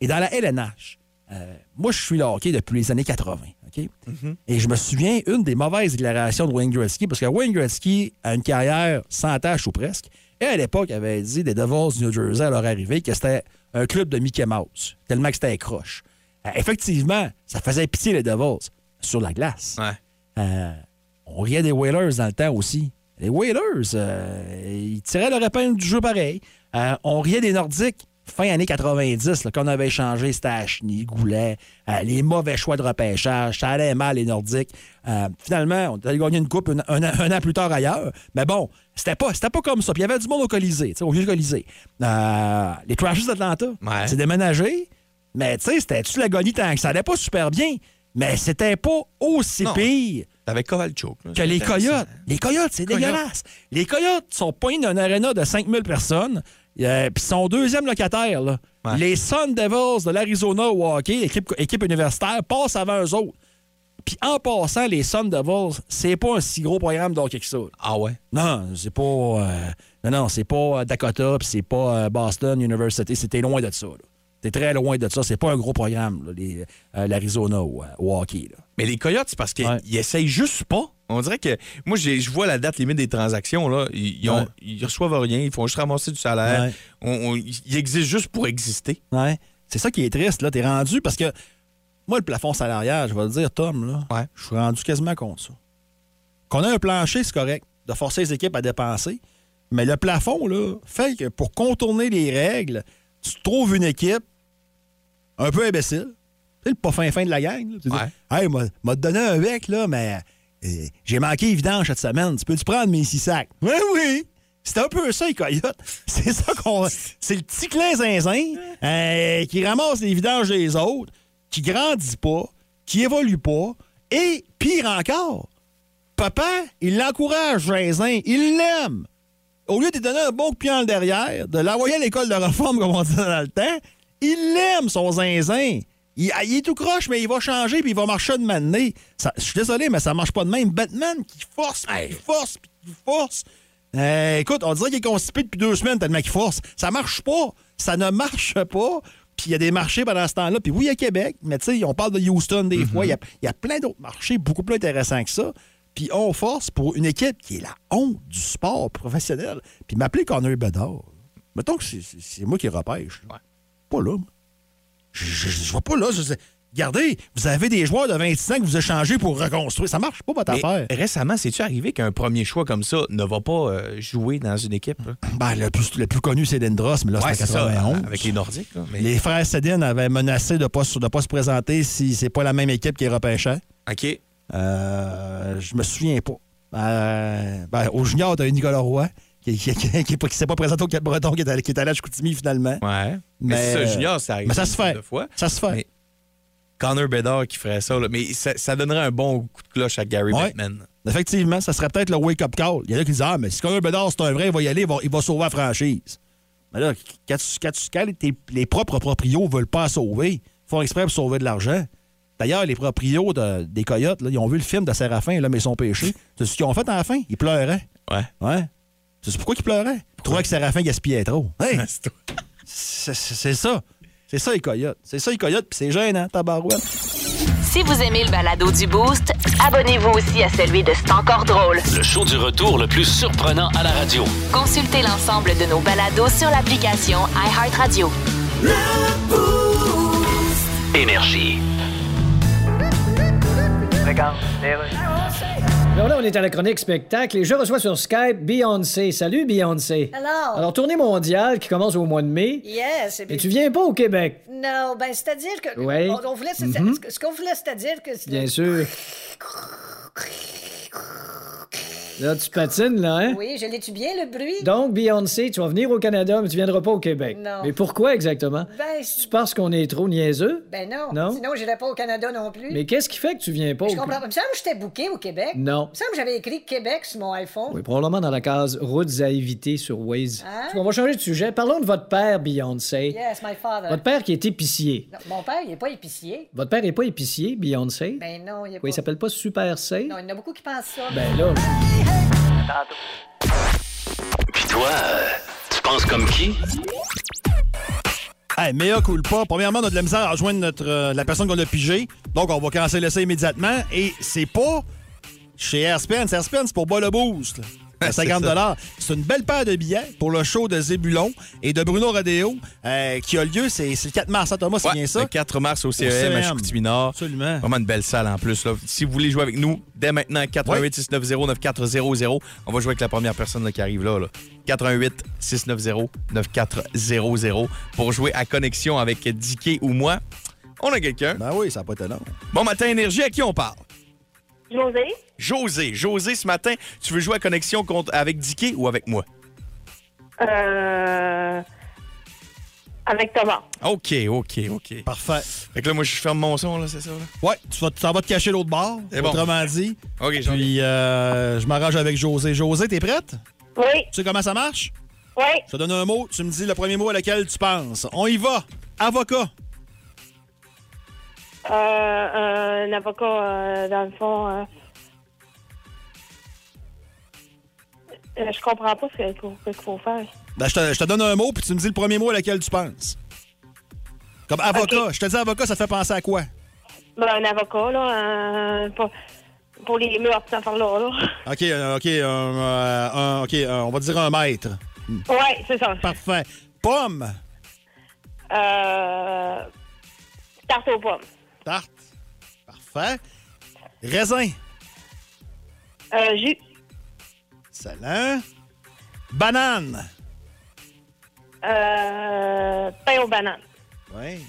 [SPEAKER 3] Et dans la LNH, euh, moi, je suis là hockey depuis les années 80. OK?
[SPEAKER 5] Mhm.
[SPEAKER 3] Et je me souviens une des mauvaises déclarations de Wayne Gretzky, parce que Wayne Gretzky a une carrière sans tâche ou presque. Et à l'époque, il avait dit des Devils du New Jersey à leur arrivée que c'était un club de Mickey Mouse, tellement que c'était croche. Euh, effectivement, ça faisait pitié les Devils sur la glace.
[SPEAKER 5] Ouais.
[SPEAKER 3] Euh, on riait des Whalers dans le temps aussi. Les Whalers, euh, ils tiraient leur épingle du jeu pareil. Euh, on riait des Nordiques. fin années 90, là, qu'on avait échangé, c'était Achny, Goulet, euh, les mauvais choix de repêchage, ça allait mal, les Nordiques. Euh, finalement, on allait gagner une coupe un, un an- un an plus tard ailleurs. Mais bon, c'était pas, c'était pas comme ça. Puis il y avait du monde au Colisée, tu sais, au vieux Colisée. Euh, les Crashers d'Atlanta,
[SPEAKER 5] Ouais.
[SPEAKER 3] c'est déménagé. Mais tu sais, c'était-tu l'agonie tant que ça allait pas super bien? Mais c'était pas aussi
[SPEAKER 5] Non.
[SPEAKER 3] pire
[SPEAKER 5] Avec Kovalchuk. là,
[SPEAKER 3] que les
[SPEAKER 5] c'est intéressant.
[SPEAKER 3] Coyotes. Les Coyotes, c'est
[SPEAKER 5] Coyotes.
[SPEAKER 3] dégueulasse. Les Coyotes sont poignés d'un aréna de 5000 personnes. euh, Puis sont deuxième locataire. là.
[SPEAKER 5] Ouais.
[SPEAKER 3] Les Sun Devils de l'Arizona au hockey, équipe, équipe universitaire, passent avant eux autres. Puis en passant, les Sun Devils, c'est pas un si gros programme d'hockey que ça.
[SPEAKER 5] Ah ouais?
[SPEAKER 3] Non, c'est pas. euh, non, non, c'est pas euh, Dakota, puis c'est pas euh, Boston University. C'était loin de ça. là. T'es très loin de ça. C'est pas un gros programme, là, les- euh, l'Arizona au, au hockey. là.
[SPEAKER 5] Mais les Coyotes, c'est parce qu'ils
[SPEAKER 3] Ouais.
[SPEAKER 5] ils essayent juste pas. On dirait que. Moi, j'ai- je vois la date limite des transactions. Là. Ils, ils ont-
[SPEAKER 3] Ouais.
[SPEAKER 5] ils reçoivent rien. Ils font juste ramasser du salaire.
[SPEAKER 3] Ouais.
[SPEAKER 5] On- on- ils existent juste pour exister.
[SPEAKER 3] Ouais. C'est ça qui est triste, là. T'es rendu parce que moi, le plafond salarial, je vais le dire, Tom, là,
[SPEAKER 5] Ouais.
[SPEAKER 3] je suis rendu quasiment contre ça. Qu'on a un plancher, c'est correct, de forcer les équipes à dépenser. Mais le plafond, là, fait que pour contourner les règles, tu trouves une équipe un peu imbécile. Tu sais, le pas fin fin de la gang. là. Tu dis,
[SPEAKER 5] Ouais.
[SPEAKER 3] hey, m'a m'a donné un bec, là, mais euh, j'ai manqué évidence cette semaine. Tu peux-tu prendre mes six sacs? Oui, oui! C'est un peu ça, les coyotes. C'est ça qu'on. C'est le petit clin zinzin euh, qui ramasse les vidanges des autres, qui grandit pas, qui évolue pas, et pire encore, papa, il l'encourage, zinzin, il l'aime au lieu de lui donner un bon coup de pied en le derrière, de l'envoyer à l'école de réforme, comme on disait dans le temps, il l'aime, son zinzin. Il, il est tout croche, mais il va changer puis il va marcher de maner. Je suis désolé, mais ça marche pas de même. Batman qui force, puis qui force, puis qui force. Euh, écoute, on dirait qu'il est constipé depuis deux semaines tellement qu'il force. Ça marche pas. Ça ne marche pas. Puis il y a des marchés pendant ce temps-là. Puis oui, il y a Québec, mais tu sais, on parle de Houston des
[SPEAKER 5] Mhm.
[SPEAKER 3] fois. Il y a- il y a plein d'autres marchés beaucoup plus intéressants que ça puis on force pour une équipe qui est la honte du sport professionnel. Puis m'appeler Connor Bedard. Mettons que c'est- c'est c'est moi qui repêche. là. Pas là. moi. Je, je, je vois pas là. Je sais- Regardez, vous avez des joueurs de 25 que vous échangez pour reconstruire. Ça marche pas, votre
[SPEAKER 5] Mais
[SPEAKER 3] affaire.
[SPEAKER 5] récemment, c'est-tu arrivé qu'un premier choix comme ça ne va pas euh, jouer dans une équipe? là?
[SPEAKER 3] Ben, le, plus, le plus connu, c'est Dendros, mais là, c'est en 91.
[SPEAKER 5] avec les Nordiques. là, mais-
[SPEAKER 3] Les frères Sedin avaient menacé de ne pas, se- de pas se présenter si c'est pas la même équipe qui repêchait.
[SPEAKER 5] OK.
[SPEAKER 3] Euh, je me souviens pas. Euh, ben, au junior, t'as eu Nicolas Roy, qui, qui, qui, qui- qui s'est pas présenté au Cap-Breton, qui est allé, qui est allé à Chicoutimi finalement.
[SPEAKER 5] Ouais. Mais,
[SPEAKER 3] Mais- euh,
[SPEAKER 5] c'est ça, Junior, ça arrive
[SPEAKER 3] Mais ça se fait.
[SPEAKER 5] Deux fois.
[SPEAKER 3] Ça se fait.
[SPEAKER 5] Mais Connor Bedard qui ferait ça, là. mais ça, ça donnerait un bon coup de cloche à Gary
[SPEAKER 3] Ouais.
[SPEAKER 5] Batman.
[SPEAKER 3] Euh, Effectivement, ça serait peut-être le wake-up call. Il y en a qui disent Ah, mais si Connor Bedard, c'est un vrai, il va y aller, il va, il va sauver la franchise. Mais là, quand, tu- quand tu- quand tes- les propres proprios veulent pas la sauver, ils font exprès pour sauver de l'argent. D'ailleurs, les proprios de- des Coyotes, là, ils ont vu le film de Séraphin, là, mais ils sont péchés. C'est ce qu'ils ont fait à la fin. Ils pleuraient.
[SPEAKER 5] Ouais.
[SPEAKER 3] Ouais. C'est pourquoi ils pleuraient. Ils trouvaient que Séraphin gaspillait trop. Hey,
[SPEAKER 5] C'est toi.
[SPEAKER 3] c'est c'est- c'est ça. C'est ça, les Coyotes. C'est ça, les Coyotes, puis c'est gênant, tabarouette.
[SPEAKER 1] Si vous aimez le balado du Boost, abonnez-vous aussi à celui de C'est encore drôle.
[SPEAKER 2] Le show du retour le plus surprenant à la radio.
[SPEAKER 1] Consultez l'ensemble de nos balados sur l'application iHeartRadio.
[SPEAKER 2] Énergie.
[SPEAKER 6] Alors là, on est à la chronique spectacle et je reçois sur Skype Beyoncé. Salut Beyoncé.
[SPEAKER 7] Hello.
[SPEAKER 6] Alors, tournée mondiale qui commence au mois de mai.
[SPEAKER 7] Yes, et
[SPEAKER 6] Et
[SPEAKER 7] puis...
[SPEAKER 6] tu viens pas au Québec,
[SPEAKER 7] Non, ben c'est-à-dire que...
[SPEAKER 6] Ouais. Mm-hmm.
[SPEAKER 7] On, on voulait, c'est- c'est- Ce qu'on voulait, c'est-à-dire que... c'est-
[SPEAKER 6] bien sûr. Là, tu patines, là, hein?
[SPEAKER 7] Oui, je l'ai-tu bien, le bruit?
[SPEAKER 6] Donc, Beyoncé, tu vas venir au Canada, mais tu viendras pas au Québec.
[SPEAKER 7] Non.
[SPEAKER 6] Mais pourquoi exactement?
[SPEAKER 7] Ben,
[SPEAKER 6] Tu penses qu'on est trop niaiseux?
[SPEAKER 7] ben non.
[SPEAKER 6] Non?
[SPEAKER 7] Sinon, j'irais pas au Canada non plus.
[SPEAKER 6] Mais qu'est-ce qui fait que tu viens pas au
[SPEAKER 7] je comprends pas. Il me semble que j'étais booké au Québec.
[SPEAKER 6] Non.
[SPEAKER 7] Il me semble que j'avais écrit Québec sur mon iPhone.
[SPEAKER 6] Oui, probablement dans la case routes à éviter sur Waze.
[SPEAKER 7] Hein?
[SPEAKER 6] On va changer de sujet. Parlons de votre père, Beyoncé.
[SPEAKER 7] Yes, my father.
[SPEAKER 6] Votre père qui est épicier.
[SPEAKER 7] Non, mon père, il est pas épicier.
[SPEAKER 6] Votre père est pas épicier, Beyoncé?
[SPEAKER 7] Ben non, il est
[SPEAKER 6] Quoi, il
[SPEAKER 7] pas...
[SPEAKER 6] s'appelle pas Super C?
[SPEAKER 7] Non, il y en a beaucoup qui pensent ça.
[SPEAKER 6] Ben là,
[SPEAKER 2] Puis toi, euh, tu penses comme qui?
[SPEAKER 3] Hey, mea culpa. Premièrement, on a de la misère à rejoindre notre, euh, la personne qu'on a pigée. Donc, on va canceller ça immédiatement. Et c'est pas chez Airspence. Airspence, c'est pour bas le boost. là. à 50 dollars. C'est une belle paire de billets pour le show de Zébulon et de Bruno Rodeo euh, qui a lieu, c'est c'est le 4 mars, hein, Thomas, c'est
[SPEAKER 5] Ouais,
[SPEAKER 3] bien ça?
[SPEAKER 5] Le 4 mars au E CEM, à
[SPEAKER 3] CEM.
[SPEAKER 5] Chicoutimi-Nord.
[SPEAKER 3] E Absolument.
[SPEAKER 5] Vraiment une belle salle en plus. Là. Si vous voulez jouer avec nous, dès maintenant, 88 690 9400 On va jouer avec la première personne là, qui arrive là. là. 88 690 9400 Pour jouer à connexion avec Dicky ou moi, on a quelqu'un.
[SPEAKER 3] Ben oui, ça n'a pas été long.
[SPEAKER 5] Bon matin, Énergie, à qui on parle?
[SPEAKER 8] José,
[SPEAKER 5] José. José, ce matin, tu veux jouer à connexion contre- avec Dicky ou avec moi?
[SPEAKER 8] euh, avec Thomas.
[SPEAKER 5] OK, OK, OK.
[SPEAKER 3] Parfait.
[SPEAKER 5] Fait que là, moi, je ferme mon son, là, c'est ça? là?
[SPEAKER 3] Ouais, tu vas, tu t'en vas te cacher l'autre bord,
[SPEAKER 5] C'est bon.
[SPEAKER 3] autrement dit.
[SPEAKER 5] OK, j'en ai.
[SPEAKER 3] Puis euh, je m'arrange avec José. José, t'es prête?
[SPEAKER 8] Oui,
[SPEAKER 3] Tu sais comment ça marche?
[SPEAKER 8] oui,
[SPEAKER 3] Je te donne un mot, tu me dis le premier mot à lequel tu penses. On y va. Avocat.
[SPEAKER 8] euh, euh, un avocat, euh, dans le fond. euh, euh, je comprends pas ce que- ce qu'il faut faire.
[SPEAKER 3] Ben, je, te, je te donne un mot, puis tu me dis le premier mot à lequel tu penses. Comme avocat. Je te dis avocat, ça te fait penser à quoi?
[SPEAKER 8] Ben, un avocat, là, euh, pour, pour les murs, cette affaire-là. Là.
[SPEAKER 3] OK, euh, OK, euh, euh, un- OK, euh, on va dire un maître.
[SPEAKER 8] Ouais, c'est ça.
[SPEAKER 3] Hmm. Parfait. Pomme.
[SPEAKER 8] Euh, tarte aux pommes.
[SPEAKER 3] Tarte. Parfait. Raisin.
[SPEAKER 8] Euh, jus,
[SPEAKER 3] Excellent. Banane.
[SPEAKER 8] euh, pain aux bananes.
[SPEAKER 3] Oui.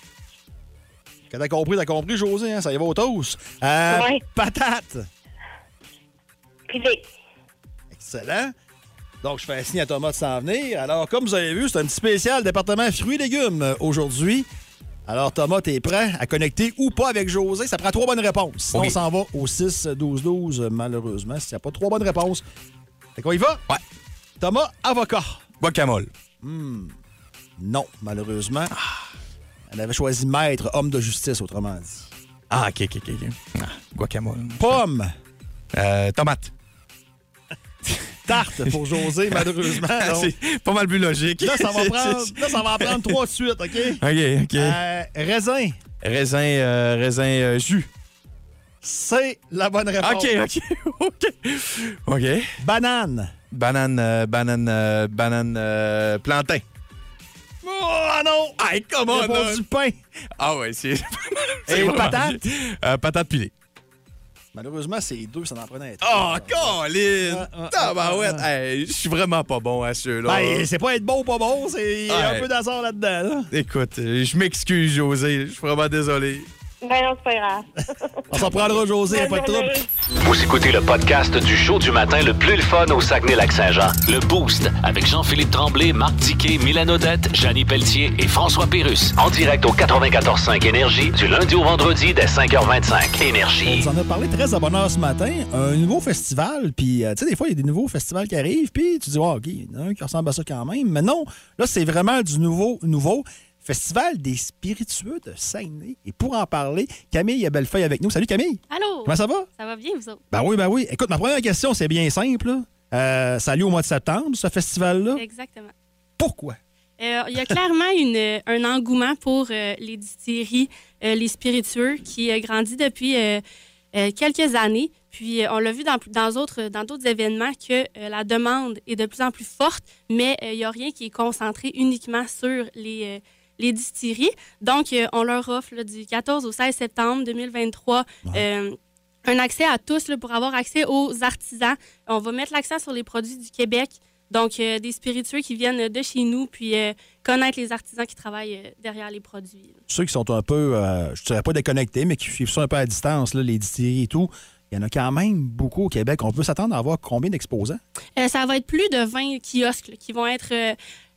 [SPEAKER 3] Quand t'as compris, t'as compris, José, hein, ça y va au toast. Euh,
[SPEAKER 8] Ouais.
[SPEAKER 3] Patate.
[SPEAKER 8] Pilé.
[SPEAKER 3] Excellent. Donc, je fais un signe à Thomas de s'en venir. Alors, comme vous avez vu, c'est un petit spécial département fruits et légumes euh, aujourd'hui. Alors, Thomas, t'es prêt à connecter ou pas avec José? Ça prend trois bonnes réponses. Sinon,
[SPEAKER 5] OK.
[SPEAKER 3] on s'en va au 6-12-12, euh, malheureusement, s'il n'y a pas trois bonnes réponses. Fait qu'on y va?
[SPEAKER 5] Ouais.
[SPEAKER 3] Thomas, avocat. Hmm.
[SPEAKER 5] Guacamole.
[SPEAKER 3] Non, malheureusement. Elle avait choisi maître, homme de justice, autrement dit.
[SPEAKER 5] Ah, OK, OK, OK. OK. Ah, guacamole.
[SPEAKER 3] Pomme,
[SPEAKER 5] Euh, tomate.
[SPEAKER 3] tarte pour José, malheureusement. Donc,
[SPEAKER 5] Ah, C'est pas mal plus logique.
[SPEAKER 3] là, ça va
[SPEAKER 5] C'est-
[SPEAKER 3] prendre,
[SPEAKER 5] c'est-
[SPEAKER 3] là, ça va en prendre trois de suite, OK?
[SPEAKER 5] OK, OK.
[SPEAKER 3] Euh, raisin.
[SPEAKER 5] Raisin, euh, raisin euh, jus.
[SPEAKER 3] C'est la bonne réponse.
[SPEAKER 5] OK, OK, OK. OK.
[SPEAKER 3] Banane.
[SPEAKER 5] Banane, euh, banane, euh, banane, euh, plantain.
[SPEAKER 3] Ah non!
[SPEAKER 5] Hey, come on, là.
[SPEAKER 3] Réponse du pain.
[SPEAKER 5] Ah ouais, c'est...
[SPEAKER 3] Et
[SPEAKER 5] vraiment-
[SPEAKER 3] patate?
[SPEAKER 5] Euh, patate pilée.
[SPEAKER 3] Malheureusement, c'est deux, ça n'en prenait un.
[SPEAKER 5] Oh, Colin! bah
[SPEAKER 3] Ah, ah,
[SPEAKER 5] Tabarouette! Hey, je suis vraiment pas bon à ceux-là.
[SPEAKER 3] Ben, c'est pas être bon ou pas bon, c'est il y a
[SPEAKER 5] Ouais.
[SPEAKER 3] un peu d'hasard là-dedans.
[SPEAKER 5] Écoute, euh, je m'excuse, José. Je suis vraiment désolé.
[SPEAKER 8] Ben non, c'est pas grave.
[SPEAKER 3] là. On s'en prendra, José, y a pas de trouble.
[SPEAKER 2] Vous écoutez le podcast du show du matin le plus le fun au Saguenay-Lac-Saint-Jean. Le Boost avec Jean-Philippe Tremblay, Marc Diquet, Milan Odette, Janine Pelletier et François Pérus. En direct au 94.5 Énergie du lundi au vendredi dès 5h25.
[SPEAKER 3] On
[SPEAKER 2] Énergie.
[SPEAKER 3] s'en a parlé très à bonne heure ce matin. Un nouveau festival, puis euh, tu sais, des fois, il y a des nouveaux festivals qui arrivent, puis tu dis, oh, OK, il y en a un qui ressemble à ça quand même. Mais non, là, c'est vraiment du nouveau, nouveau. Festival des spiritueux de Saguenay. Et pour en parler, Camille a Bellefeuille avec nous. Salut Camille,
[SPEAKER 4] Allô?
[SPEAKER 3] comment ça va?
[SPEAKER 4] Ça va bien, vous autres?
[SPEAKER 3] Ben oui, ben oui. Écoute, ma première question, c'est bien simple. là. Euh, ça a lieu au mois de septembre, ce festival-là.
[SPEAKER 9] Exactement.
[SPEAKER 3] Pourquoi?
[SPEAKER 9] Euh, il y a clairement une, euh, un engouement pour euh, les distilleries, euh, les spiritueux, qui a grandi depuis euh, euh, quelques années. Puis euh, on l'a vu dans plus- dans d'autres dans d'autres événements que euh, la demande est de plus en plus forte, mais euh, il n'y a rien qui est concentré uniquement sur les, euh, les distilleries. Donc, euh, on leur offre là, du 14 au 16 septembre 2023 euh, un accès à tous là, pour avoir accès aux artisans. On va mettre l'accent sur les produits du Québec, donc euh, des spiritueux qui viennent de chez nous, puis euh, connaître les artisans qui travaillent euh, derrière les produits. là.
[SPEAKER 3] Ceux qui sont un peu, euh, je dirais pas déconnectés, mais qui suivent ça un peu à distance, là, les distilleries et tout, il y en a quand même beaucoup au Québec. On peut s'attendre à avoir combien d'exposants?
[SPEAKER 9] Euh, ça va être plus de 20 kiosques là, qui vont être euh,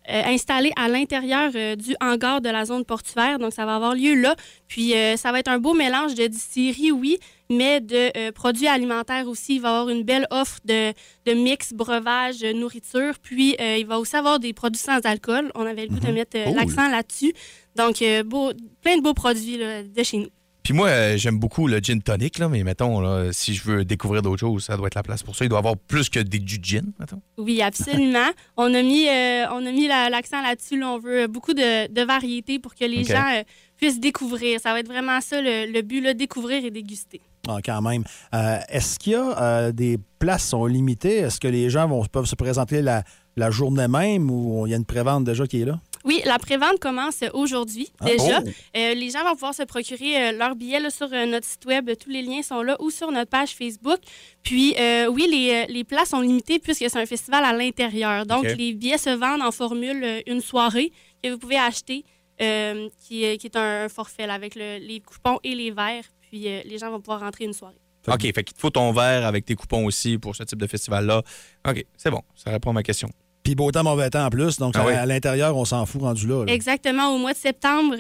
[SPEAKER 9] euh, installés à l'intérieur euh, du hangar de la zone portuaire. Donc, ça va avoir lieu là. Puis, euh, ça va être un beau mélange de distillerie, oui, mais de euh, produits alimentaires aussi. Il va y avoir une belle offre de, de mix, breuvage, euh, nourriture. Puis, euh, il va aussi avoir des produits sans alcool. On avait le goût de mettre euh,
[SPEAKER 3] Cool.
[SPEAKER 9] l'accent là-dessus. Donc, euh, beau- plein de beaux produits là, de chez nous.
[SPEAKER 5] Puis moi, euh, j'aime beaucoup le gin tonic, là, mais mettons, là, si je veux découvrir d'autres choses, ça doit être la place pour ça. Il doit y avoir plus que des, du gin, mettons.
[SPEAKER 9] Oui, absolument. on a mis, euh, on a mis la- l'accent là-dessus. là. on veut euh, beaucoup de, de variétés pour que les
[SPEAKER 5] OK.
[SPEAKER 9] gens euh, puissent découvrir. Ça va être vraiment ça le, le but, là, découvrir et déguster.
[SPEAKER 3] Ah, quand même. Euh, Est-ce qu'il y a euh, des places sont limitées? Est-ce que les gens vont, peuvent se présenter la, la journée même ou il y a une prévente déjà qui est là?
[SPEAKER 9] Oui, la prévente commence aujourd'hui
[SPEAKER 3] Ah,
[SPEAKER 9] déjà.
[SPEAKER 3] oh!
[SPEAKER 9] Euh, les gens vont pouvoir se procurer euh, leur billet là, sur euh, notre site web. Tous les liens sont là ou sur notre page Facebook. Puis, euh, oui, les, euh, les places sont limitées puisque c'est un festival à l'intérieur. Donc,
[SPEAKER 5] OK.
[SPEAKER 9] les billets se vendent en formule euh, une soirée que vous pouvez acheter, euh, qui, est- qui est un, forfait là, avec le- les coupons et les verres. Puis, euh, les gens vont pouvoir rentrer une soirée.
[SPEAKER 5] OK, fait qu'il te faut ton verre avec tes coupons aussi pour ce type de festival-là. OK, c'est bon, ça répond à ma question.
[SPEAKER 3] Puis beau temps, mauvais temps en plus. Donc,
[SPEAKER 5] Ah
[SPEAKER 3] ça-
[SPEAKER 5] oui.
[SPEAKER 3] à l'intérieur, on s'en fout rendu là. là.
[SPEAKER 9] Exactement. Au mois de septembre,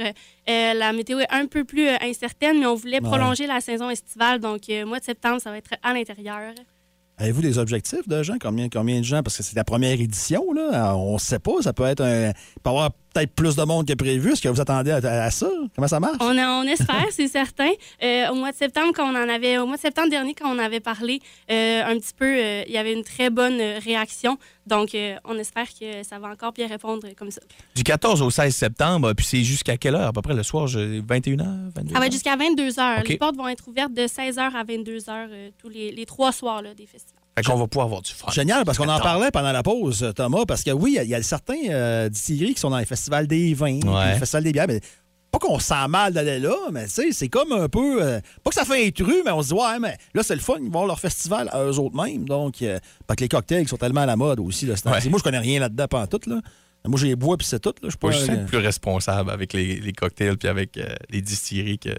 [SPEAKER 9] euh, la météo est un peu plus euh, incertaine, mais on voulait
[SPEAKER 3] Ouais.
[SPEAKER 9] prolonger la saison estivale. Donc, euh, mois de septembre, ça va être à l'intérieur.
[SPEAKER 3] Avez-vous des objectifs de gens? Combien, combien de gens? Parce que c'est la première édition, là. Alors, On ne sait pas. Ça peut être un. Il peut y avoir peut-être plus de monde que prévu. Est-ce que vous attendez à, à ça? Comment ça marche?
[SPEAKER 9] On, a- on espère, c'est certain. Euh, au mois de septembre, quand on en avait, au mois de septembre dernier, quand on avait parlé euh, un petit peu, euh, il y avait une très bonne euh, réaction. Donc, euh, on espère que ça va encore bien répondre euh, comme ça.
[SPEAKER 5] Du 14 au 16 septembre, puis c'est jusqu'à quelle heure? À peu près le soir, je- 21h? 22
[SPEAKER 9] Ça va être jusqu'à 22 heures.
[SPEAKER 5] OK.
[SPEAKER 9] Les portes vont être ouvertes de 16 heures à 22 heures euh, tous les, les trois soirs là, des festivals.
[SPEAKER 5] Fait qu'on va pouvoir avoir du fun.
[SPEAKER 3] Génial, parce qu'on en
[SPEAKER 5] Attends.
[SPEAKER 3] parlait pendant la pause, Thomas, parce que oui, il y a- il y, a certains euh, distilleries qui sont dans les festivals des vins, puis
[SPEAKER 5] Ouais.
[SPEAKER 3] le festival des bières, mais pas qu'on se sent mal d'aller là, mais tu sais, c'est comme un peu. euh, pas que ça fait intrus, mais on se dit, ouais, mais là, c'est le fun, ils vont à leur festival à eux autres mêmes. Donc, euh, parce que les cocktails sont tellement à la mode aussi. Là, c'est-
[SPEAKER 5] Ouais.
[SPEAKER 3] Moi, je connais rien là-dedans, pas en tout. Là. Moi, j'ai les bois, puis c'est tout. Là. Je suis pas
[SPEAKER 5] Moi, je
[SPEAKER 3] un-
[SPEAKER 5] suis plus responsable avec les, les cocktails puis avec euh, les distilleries que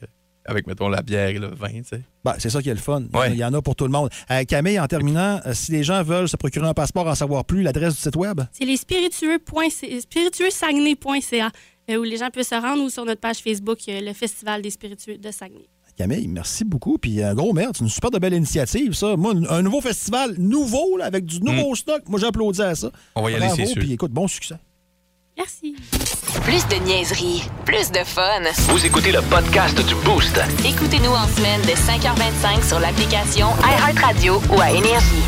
[SPEAKER 5] avec, mettons, la bière et le vin, tu sais.
[SPEAKER 3] Ben, c'est ça qui est le fun.
[SPEAKER 5] Ouais.
[SPEAKER 3] Il y en a pour tout le monde. Euh, Camille, en terminant, euh, si les gens veulent se procurer un passeport, en savoir plus, l'adresse du site Web.
[SPEAKER 9] C'est les spiritueux.ca- spiritueuxsaguenay.ca euh, où les gens peuvent se rendre ou sur notre page Facebook, euh, le Festival des spiritueux de Saguenay.
[SPEAKER 3] Camille, merci beaucoup. Puis un gros merde, c'est une super de belle initiative, ça. Moi, un- un nouveau festival nouveau, là, avec du nouveau stock, moi j'applaudis à ça.
[SPEAKER 5] Mm. On va y aller,
[SPEAKER 3] Bravo,
[SPEAKER 5] c'est sûr.
[SPEAKER 3] Puis écoute, bon succès.
[SPEAKER 9] Merci.
[SPEAKER 1] Plus de niaiserie, plus de fun.
[SPEAKER 2] Vous écoutez le podcast du Boost.
[SPEAKER 1] Écoutez-nous en semaine de 5h25 sur l'application iHeartRadio ou à Énergie.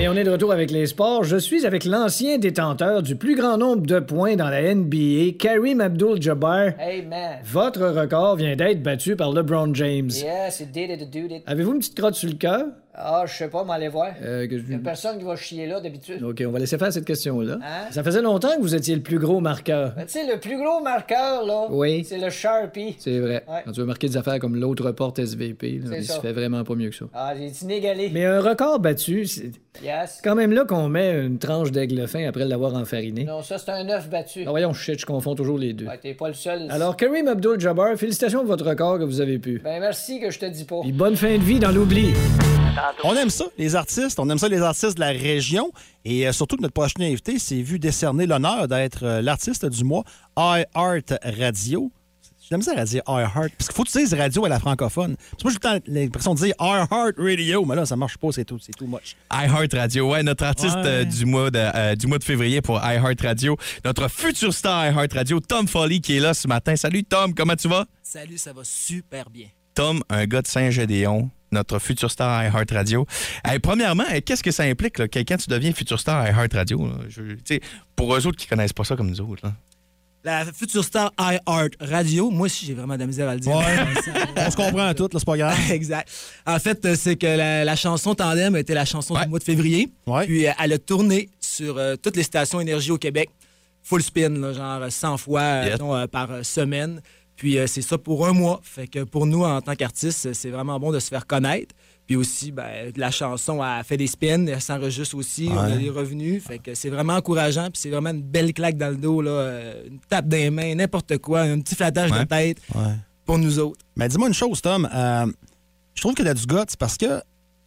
[SPEAKER 6] Et on est de retour avec les sports. Je suis avec l'ancien détenteur du plus grand nombre de points dans la NBA, Karim Abdul-Jabbar.
[SPEAKER 7] Hey, man.
[SPEAKER 6] Votre record vient d'être battu par LeBron James.
[SPEAKER 7] Yes, it did it, it did it.
[SPEAKER 6] Avez-vous une petite crotte sur le cœur?
[SPEAKER 7] Ah, je sais pas, m'aller voir.
[SPEAKER 6] Euh, que je-
[SPEAKER 7] Y a personne qui va chier là d'habitude.
[SPEAKER 6] OK, on va laisser faire cette question-là.
[SPEAKER 7] Hein?
[SPEAKER 6] Ça faisait longtemps que vous étiez le plus gros marqueur.
[SPEAKER 7] Mais tu sais, le plus gros marqueur, là,
[SPEAKER 6] Oui.
[SPEAKER 7] c'est le Sharpie.
[SPEAKER 6] C'est vrai.
[SPEAKER 7] Ouais.
[SPEAKER 6] Quand tu veux marquer des affaires comme l'autre porte SVP, là,
[SPEAKER 7] C'est
[SPEAKER 6] il se
[SPEAKER 7] ça.
[SPEAKER 6] fait vraiment pas mieux que ça.
[SPEAKER 7] Ah, j'ai dit inégalé.
[SPEAKER 6] Mais un record battu, c'est
[SPEAKER 7] Yes.
[SPEAKER 6] quand même là qu'on met une tranche d'aigle fin après l'avoir enfariné.
[SPEAKER 7] Non, ça, c'est un œuf battu.
[SPEAKER 6] Ah, voyons, shit, je confonds toujours les deux.
[SPEAKER 7] Ouais, t'es pas le seul.
[SPEAKER 6] Alors, Karim Abdul-Jabbar, félicitations pour votre record que vous avez pu.
[SPEAKER 7] Ben, merci que je te dis pas.
[SPEAKER 6] Et bonne fin de vie dans l'oubli.
[SPEAKER 3] On aime ça, les artistes. On aime ça, les artistes de la région. Et euh, surtout que notre prochain invité s'est vu décerner l'honneur d'être euh, l'artiste du mois iHeart Radio. J'aime ça à dire iHeart, parce qu'il faut que tu dises radio à la francophone. Parce que moi, j'ai tout le temps l'impression de dire iHeart Radio, mais là, ça marche pas, c'est tout, c'est too much.
[SPEAKER 5] iHeart Radio, ouais, notre artiste
[SPEAKER 3] Ouais.
[SPEAKER 5] euh, du, mois de, euh, du mois de février pour iHeart Radio, notre futur star iHeart Radio, Tom Folly, qui est là ce matin. Salut Tom, comment tu vas?
[SPEAKER 10] Salut, ça va super bien.
[SPEAKER 5] Tom, un gars de Saint-Gédéon, notre futur star iHeart Radio. Hey, premièrement, hey, qu'est-ce que ça implique, là, que- quand tu deviens futur star iHeart Radio? là? Je- tu sais, pour eux autres qui connaissent pas ça comme nous autres. là.
[SPEAKER 10] La future star iHeart Radio, moi aussi j'ai vraiment de la misère à le dire.
[SPEAKER 3] On se comprend à tout, là, c'est pas grave.
[SPEAKER 10] exact. En fait, euh, c'est que la, la chanson Tandem était la chanson
[SPEAKER 5] Ouais.
[SPEAKER 10] du mois de février.
[SPEAKER 3] Ouais.
[SPEAKER 10] Puis euh, elle a tourné sur euh, toutes les stations énergie au Québec, full spin, là, genre euh, 100 fois euh,
[SPEAKER 5] Yes.
[SPEAKER 10] non, euh, par euh, semaine. Puis euh, c'est ça pour un mois. Fait que pour nous, en tant qu'artistes, euh, c'est vraiment bon de se faire connaître. Puis aussi, ben, la chanson a fait des spins, elle s'enregistre aussi, on a des revenus. Fait que c'est vraiment encourageant, puis c'est vraiment une belle claque dans le dos, là, euh, une tape des mains, n'importe quoi, un petit flattage
[SPEAKER 5] Ouais.
[SPEAKER 10] de tête
[SPEAKER 3] Ouais.
[SPEAKER 10] pour nous autres.
[SPEAKER 3] Mais dis-moi une chose, Tom. euh, je trouve que t'as du guts parce que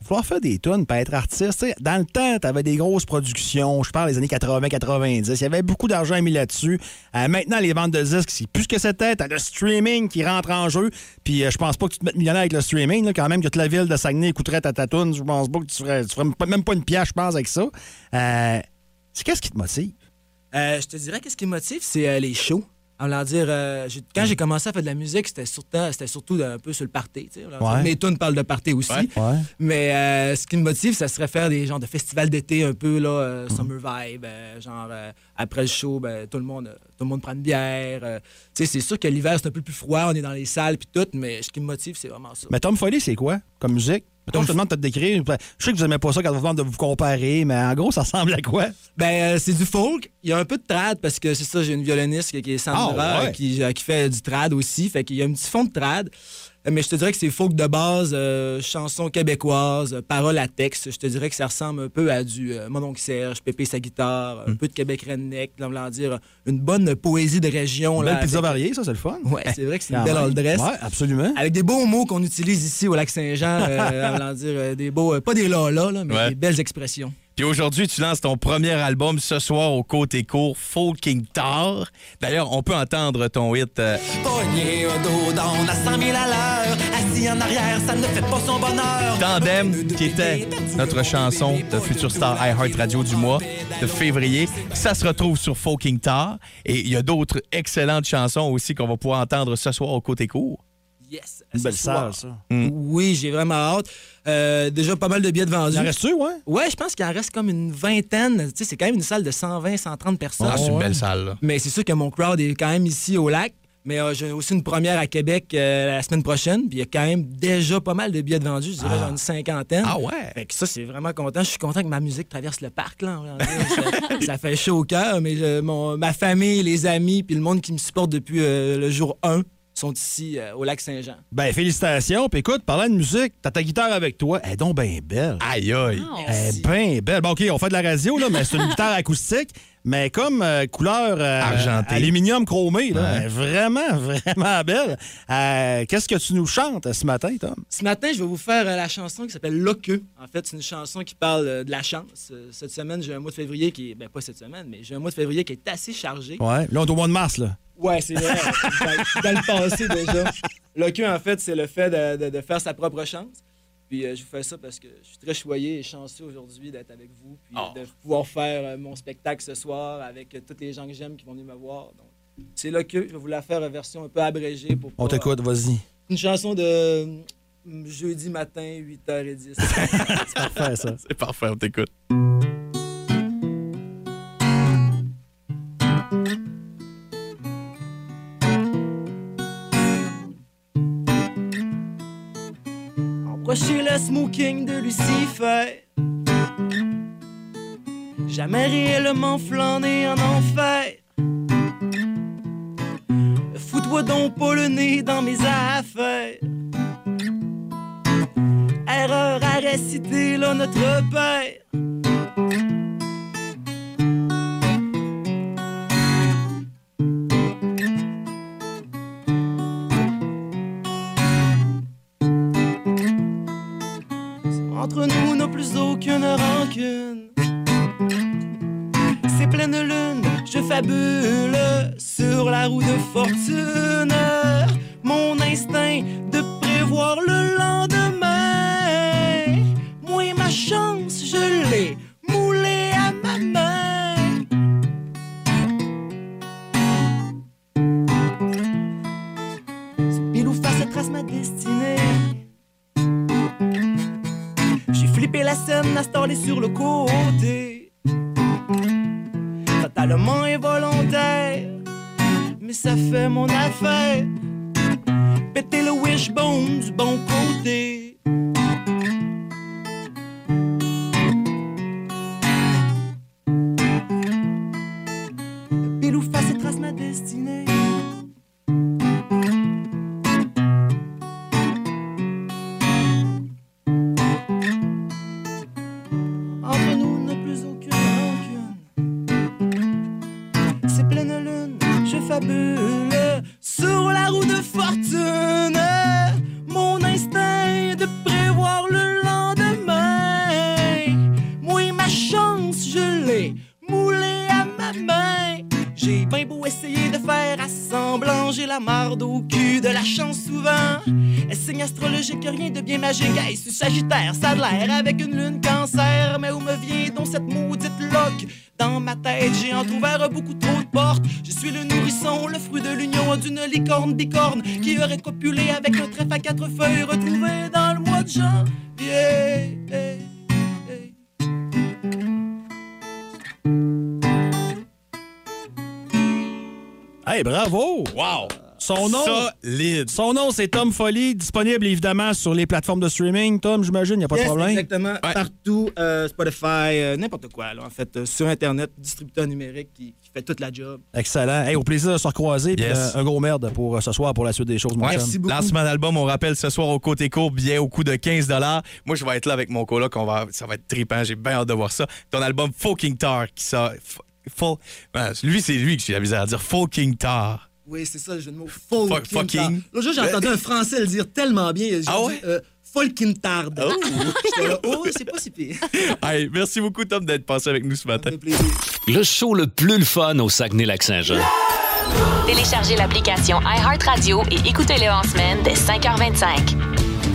[SPEAKER 3] vouloir faire des tonnes pour être artiste, tu sais, dans le temps, t'avais des grosses productions. Je parle des années 80-90. Il y avait beaucoup d'argent mis là-dessus. Euh, maintenant, les ventes de disques, c'est plus ce que c'était. T'as le streaming qui rentre en jeu. Puis euh, je pense pas que tu te mettes millionnaire avec le streaming. là, quand même, que toute la ville de Saguenay écouterait ta, ta toune. Je pense pas que tu ferais, tu ferais pas- même pas une pièce, je pense, avec ça. Euh, c'est qu'est-ce qui te motive?
[SPEAKER 10] Euh, je te dirais qu'est-ce qui me motive, c'est euh, les shows. En voulant dire, euh, j'ai- quand
[SPEAKER 3] Mm.
[SPEAKER 10] j'ai commencé à faire de la musique, c'était surtout, c'était surtout un peu sur le party. tu sais, en voulant
[SPEAKER 3] Ouais.
[SPEAKER 10] dire, Mes tunes parlent de party aussi.
[SPEAKER 3] Ouais.
[SPEAKER 10] Mais euh, ce qui me motive, ça serait faire des genres
[SPEAKER 3] Mm.
[SPEAKER 10] de festivals d'été un peu, là, euh, Summer Vibe. euh, genre, euh, après le show, ben, tout, le monde, euh, tout tout le monde prend une bière. euh, tu sais, c'est sûr que l'hiver, c'est un peu plus froid, on est dans les salles puis tout, mais ce qui me motive, c'est vraiment ça.
[SPEAKER 3] Mais Tom Foley, c'est quoi comme musique? Mettons, je te demande de te décrire. Je sais que vous aimez pas ça quand on vous demande de vous comparer, mais en gros, ça ressemble à quoi?
[SPEAKER 10] Ben, euh, c'est du folk. Il y a un peu de trad parce que c'est ça, j'ai une violoniste qui qui est Sandra,
[SPEAKER 3] Ah, ouais.
[SPEAKER 10] euh, qui, euh, qui fait du trad aussi. Fait qu'il y a un petit fond de trad. Euh, Mais je te dirais que c'est folk de base, euh, chansons québécoises, euh, paroles à texte. Je te dirais que ça ressemble un peu à du euh, Mon oncle Serge, Pépé sa guitare,
[SPEAKER 3] Hmm.
[SPEAKER 10] un peu de Québec redneck, là, voulant dire euh, une bonne poésie de région.
[SPEAKER 3] Une belle
[SPEAKER 10] là,
[SPEAKER 3] pizza
[SPEAKER 10] avec-
[SPEAKER 3] variée, ça, c'est le fun.
[SPEAKER 10] Ouais, c'est vrai que c'est
[SPEAKER 3] Quand
[SPEAKER 10] une belle
[SPEAKER 3] même.
[SPEAKER 10] all dress.
[SPEAKER 3] Ouais, absolument.
[SPEAKER 10] Avec des beaux mots qu'on utilise ici au lac Saint-Jean, euh, en voulant dire euh, des beaux, euh, pas des là-là, là, mais
[SPEAKER 5] Ouais.
[SPEAKER 10] des belles expressions.
[SPEAKER 5] Puis aujourd'hui, tu lances ton premier album ce soir au côté court, Folking Tar. D'ailleurs, on peut entendre ton hit. euh,
[SPEAKER 10] Pogné un dos down à 100 000 à l'heure, assis en arrière, ça ne fait pas son bonheur.
[SPEAKER 5] Tandem, qui était notre chanson de Future Star iHeart Radio du mois de février. Ça se retrouve sur Folking Tar. Et il y a d'autres excellentes chansons aussi qu'on va pouvoir entendre ce soir au côté court. Hmm.
[SPEAKER 10] Yes.
[SPEAKER 3] Une belle
[SPEAKER 10] ce soir.
[SPEAKER 3] salle, ça.
[SPEAKER 10] Mm. Oui, j'ai vraiment hâte. Euh, déjà pas mal de billets de vendus.
[SPEAKER 3] Il en reste-tu, ouais?
[SPEAKER 10] Ouais, je pense qu'il en reste comme une vingtaine. Tu sais, c'est quand même une salle de 120, 130 personnes.
[SPEAKER 5] Ah, c'est une
[SPEAKER 10] Ouais.
[SPEAKER 5] belle salle, là.
[SPEAKER 10] Mais c'est sûr que mon crowd est quand même ici au lac. Mais euh, j'ai aussi une première à Québec euh, la semaine prochaine. Puis il y a quand même déjà pas mal de billets de vendus. Je dirais genre une cinquantaine.
[SPEAKER 5] Ah ouais?
[SPEAKER 10] Fait que ça, c'est vraiment content. Je suis content que ma musique traverse le parc. Là. ça, ça fait chaud au cœur. Mais je- mon, ma famille, les amis, puis le monde qui me supporte depuis euh, le jour 1 sont ici euh, au lac Saint-Jean.
[SPEAKER 3] Ben, félicitations. Puis écoute, parlant de musique, t'as ta guitare avec toi. Elle est donc bien belle.
[SPEAKER 5] Aïe, aïe.
[SPEAKER 10] Ah,
[SPEAKER 3] Elle est bien belle. Bon, OK, on fait de la radio, là, mais c'est une guitare acoustique, mais comme euh, couleur euh,
[SPEAKER 5] Argentée.
[SPEAKER 3] aluminium chromé. Là, Elle est Vraiment, vraiment belle. Euh, Qu'est-ce que tu nous chantes euh, ce matin, Tom?
[SPEAKER 10] Ce matin, je vais vous faire euh, la chanson qui s'appelle Loqueux. En fait, c'est une chanson qui parle euh, de la chance. Euh, Cette semaine, j'ai un mois de février qui est. Ben, pas cette semaine, mais j'ai un mois de février qui est assez chargé.
[SPEAKER 3] Ouais. Là, on est au mois de mars, là.
[SPEAKER 10] Ouais, c'est vrai. dans, dans le passé, déjà. Loqueux, en fait, c'est le fait de, de- de faire sa propre chance. Puis euh, je vous fais ça parce que je suis très choyé et chanceux aujourd'hui d'être avec vous. Puis euh, de pouvoir faire euh, mon spectacle ce soir avec euh, toutes les gens que j'aime qui vont venir me voir. Donc, c'est Loqueux. Je vais vous la faire en version un peu abrégée pour.
[SPEAKER 3] On
[SPEAKER 10] pas-
[SPEAKER 3] t'écoute, vas-y.
[SPEAKER 10] une chanson de euh, jeudi matin, 8h10.
[SPEAKER 3] Fais ça.
[SPEAKER 5] C'est parfait, on t'écoute.
[SPEAKER 10] Embrochez le smoking de Lucifer. Jamais réellement flâné en enfer. Fous-toi donc pas le nez dans mes affaires. Erreur à réciter, là, notre père. Entre nous n'a plus aucune rancune. C'est pleine lune, je fabule sur la roue de fortune. Mon instinct de prévoir le lendemain. Moi, ma chance, je l'ai moulée à ma main. Pile ou face trace ma destinée. J'ai flippé la scène, installée sur le côté. Totalement involontaire, mais ça fait mon affaire. Péter le wishbone du bon côté. Pile ou face, et trace ma destinée. Entre nous n'a plus aucune rancune. C'est pleine lune, je fabule sur la roue de fortune. Mon instinct de prévoir le lendemain. Moi, ma chance, je l'ai moulée à ma main. J'ai bien beau essayer de faire à semblant, j'ai la marde au cul de la chance souvent. Elle signe astrologique, rien de bien magique. Hey, sous Sagittaire, ça a de l'air avec une lune cancer. Mais où me vient donc cette maudite loque? Dans ma tête, j'ai entrouvert beaucoup trop de portes. Je suis le nourrisson, le fruit de l'union d'une licorne bicorne qui aurait copulé avec un trèfle à quatre feuilles retrouvé dans le mois de janvier.
[SPEAKER 3] Hey, bravo!
[SPEAKER 5] Wow!
[SPEAKER 3] Son nom,
[SPEAKER 5] Solide.
[SPEAKER 3] son nom c'est Tom Folly, disponible évidemment sur les plateformes de streaming. Tom, j'imagine, il n'y a pas de
[SPEAKER 10] Yes,
[SPEAKER 3] problème.
[SPEAKER 10] Exactement.
[SPEAKER 5] Ouais.
[SPEAKER 10] Partout, euh, Spotify, euh, n'importe quoi, là, en fait, euh, sur Internet, distributeur numérique qui, qui fait toute la job.
[SPEAKER 3] Excellent. Hey, au plaisir de se recroiser. puis,
[SPEAKER 5] Yes.
[SPEAKER 3] euh, un gros merde pour euh, ce soir pour la suite des choses, mon
[SPEAKER 5] Ouais.
[SPEAKER 3] chum.
[SPEAKER 10] beaucoup.
[SPEAKER 5] Lancement d'album, on rappelle ce soir au côté court, billet au coût de 15 Moi, je vais être là avec mon coloc, on va, ça va être trippant, j'ai bien hâte de voir ça. Ton album Fucking Tar qui sort. F- Fo- Ben, lui, c'est lui que j'ai la misère à dire. Fucking Tar.
[SPEAKER 10] Oui, c'est ça le jeu de mots. Folkintar.
[SPEAKER 5] fucking.
[SPEAKER 10] L'autre jour, j'ai entendu un Français le dire tellement bien. J'ai
[SPEAKER 5] Ah
[SPEAKER 10] dit,
[SPEAKER 5] ouais?
[SPEAKER 10] euh, Folkintarde. J'étais là, oh, c'est pas si pire.
[SPEAKER 5] Hey, merci beaucoup, Tom, d'être passé avec nous ce
[SPEAKER 10] Ça
[SPEAKER 5] matin.
[SPEAKER 10] me fait plaisir.
[SPEAKER 2] Le show le plus le fun au Saguenay-Lac-Saint-Jean.
[SPEAKER 1] Téléchargez l'application iHeartRadio et écoutez-le en semaine dès 5h25.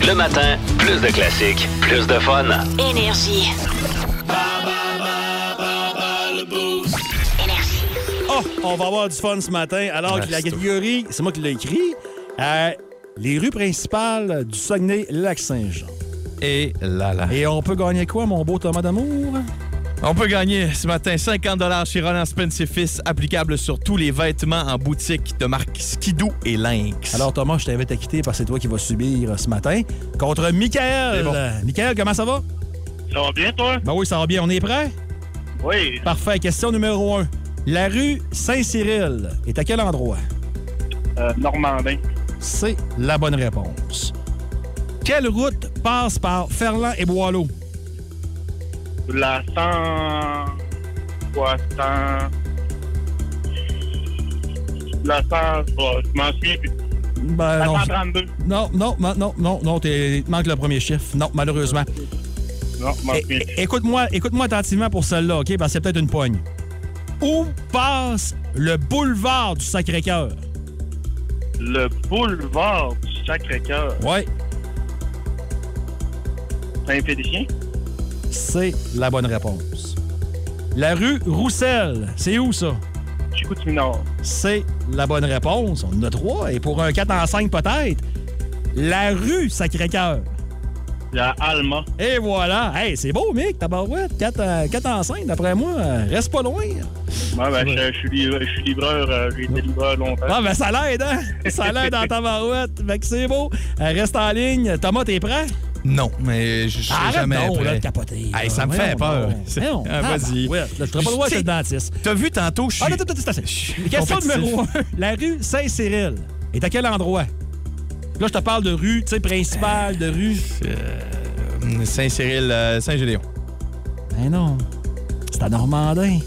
[SPEAKER 2] Le matin, plus de classiques, plus de fun.
[SPEAKER 1] Énergie. Énergie.
[SPEAKER 3] Oh, on va avoir du fun ce matin. Alors que la catégorie, c'est moi qui l'ai écrit, euh, les rues principales du Saguenay-Lac-Saint-Jean.
[SPEAKER 5] Et là, là.
[SPEAKER 3] Et on peut gagner quoi, mon beau Thomas d'amour?
[SPEAKER 5] On peut gagner ce matin 50 chez Roland Spence et Fils, applicable sur tous les vêtements en boutique de marque Skidoo et Lynx.
[SPEAKER 3] Alors Thomas, je t'invite à quitter parce que c'est toi qui vas subir euh, ce matin contre Michael.
[SPEAKER 5] C'est bon.
[SPEAKER 3] Euh, Michael, comment ça va?
[SPEAKER 11] Ça va bien, toi?
[SPEAKER 3] Ben oui, ça va bien. On est prêt?
[SPEAKER 11] Oui.
[SPEAKER 3] Parfait. Question numéro 1. La rue Saint-Cyril est à quel endroit?
[SPEAKER 11] Euh, Normandin.
[SPEAKER 3] C'est la bonne réponse. Quelle route passe par Ferland et Boileau?
[SPEAKER 11] La 100... Quoi, 100... La 100... oh, je m'en souviens plus.
[SPEAKER 3] Ben,
[SPEAKER 11] La
[SPEAKER 3] non,
[SPEAKER 11] 132.
[SPEAKER 3] non, non, non, non, non, non, t'es- il te manque le premier chiffre. Non, malheureusement.
[SPEAKER 11] Non, je m'en
[SPEAKER 3] É-
[SPEAKER 11] souviens plus.
[SPEAKER 3] é- Écoute-moi écoute attentivement pour celle-là, OK? Parce que c'est peut-être une poigne. Où passe le boulevard du Sacré-Cœur?
[SPEAKER 11] Le boulevard du Sacré-Cœur.
[SPEAKER 3] Oui,
[SPEAKER 11] Saint-Félicien.
[SPEAKER 3] c'est la bonne réponse. La rue Roussel, c'est où ça?
[SPEAKER 11] Chicoutimi-Nord.
[SPEAKER 3] C'est la bonne réponse. On en a trois. Et pour un 4 en 5, peut-être. La rue Sacré-Cœur.
[SPEAKER 11] La Alma.
[SPEAKER 3] Et voilà. Hey, c'est beau, Mick, tabarouette. 4, euh, en 5, d'après moi. Euh, Reste pas loin.
[SPEAKER 11] Moi, ben, je, je suis livreur, je suis livreur, euh, j'ai été livreur longtemps.
[SPEAKER 3] Ah, ben ça l'aide, hein? Ça l'aide en tabarouette. Fait que c'est beau. Euh, Reste en ligne. Thomas, t'es prêt?
[SPEAKER 5] Non, mais je je suis
[SPEAKER 3] Arrête
[SPEAKER 5] jamais
[SPEAKER 3] donc,
[SPEAKER 5] prêt.
[SPEAKER 3] là, de capoter.
[SPEAKER 5] Hey,
[SPEAKER 3] là.
[SPEAKER 5] ça me fait
[SPEAKER 3] Voyons
[SPEAKER 5] peur.
[SPEAKER 3] donc.
[SPEAKER 5] C'est-
[SPEAKER 3] Voyons.
[SPEAKER 5] Ah, vas-y.
[SPEAKER 3] Ouais, là, je te pas le droit chez le dentiste.
[SPEAKER 5] T'as vu tantôt, je suis...
[SPEAKER 3] Ah, non, non, non, c'est assez.
[SPEAKER 5] Je suis
[SPEAKER 3] Question
[SPEAKER 5] compétitif.
[SPEAKER 3] numéro 1. La rue Saint-Cyril est à quel endroit? Là, je te parle de rue, tu sais, principale, de rue.
[SPEAKER 5] Euh, Saint-Cyril, euh, Saint-Gédéon.
[SPEAKER 3] Ben non. C'est à Normandin.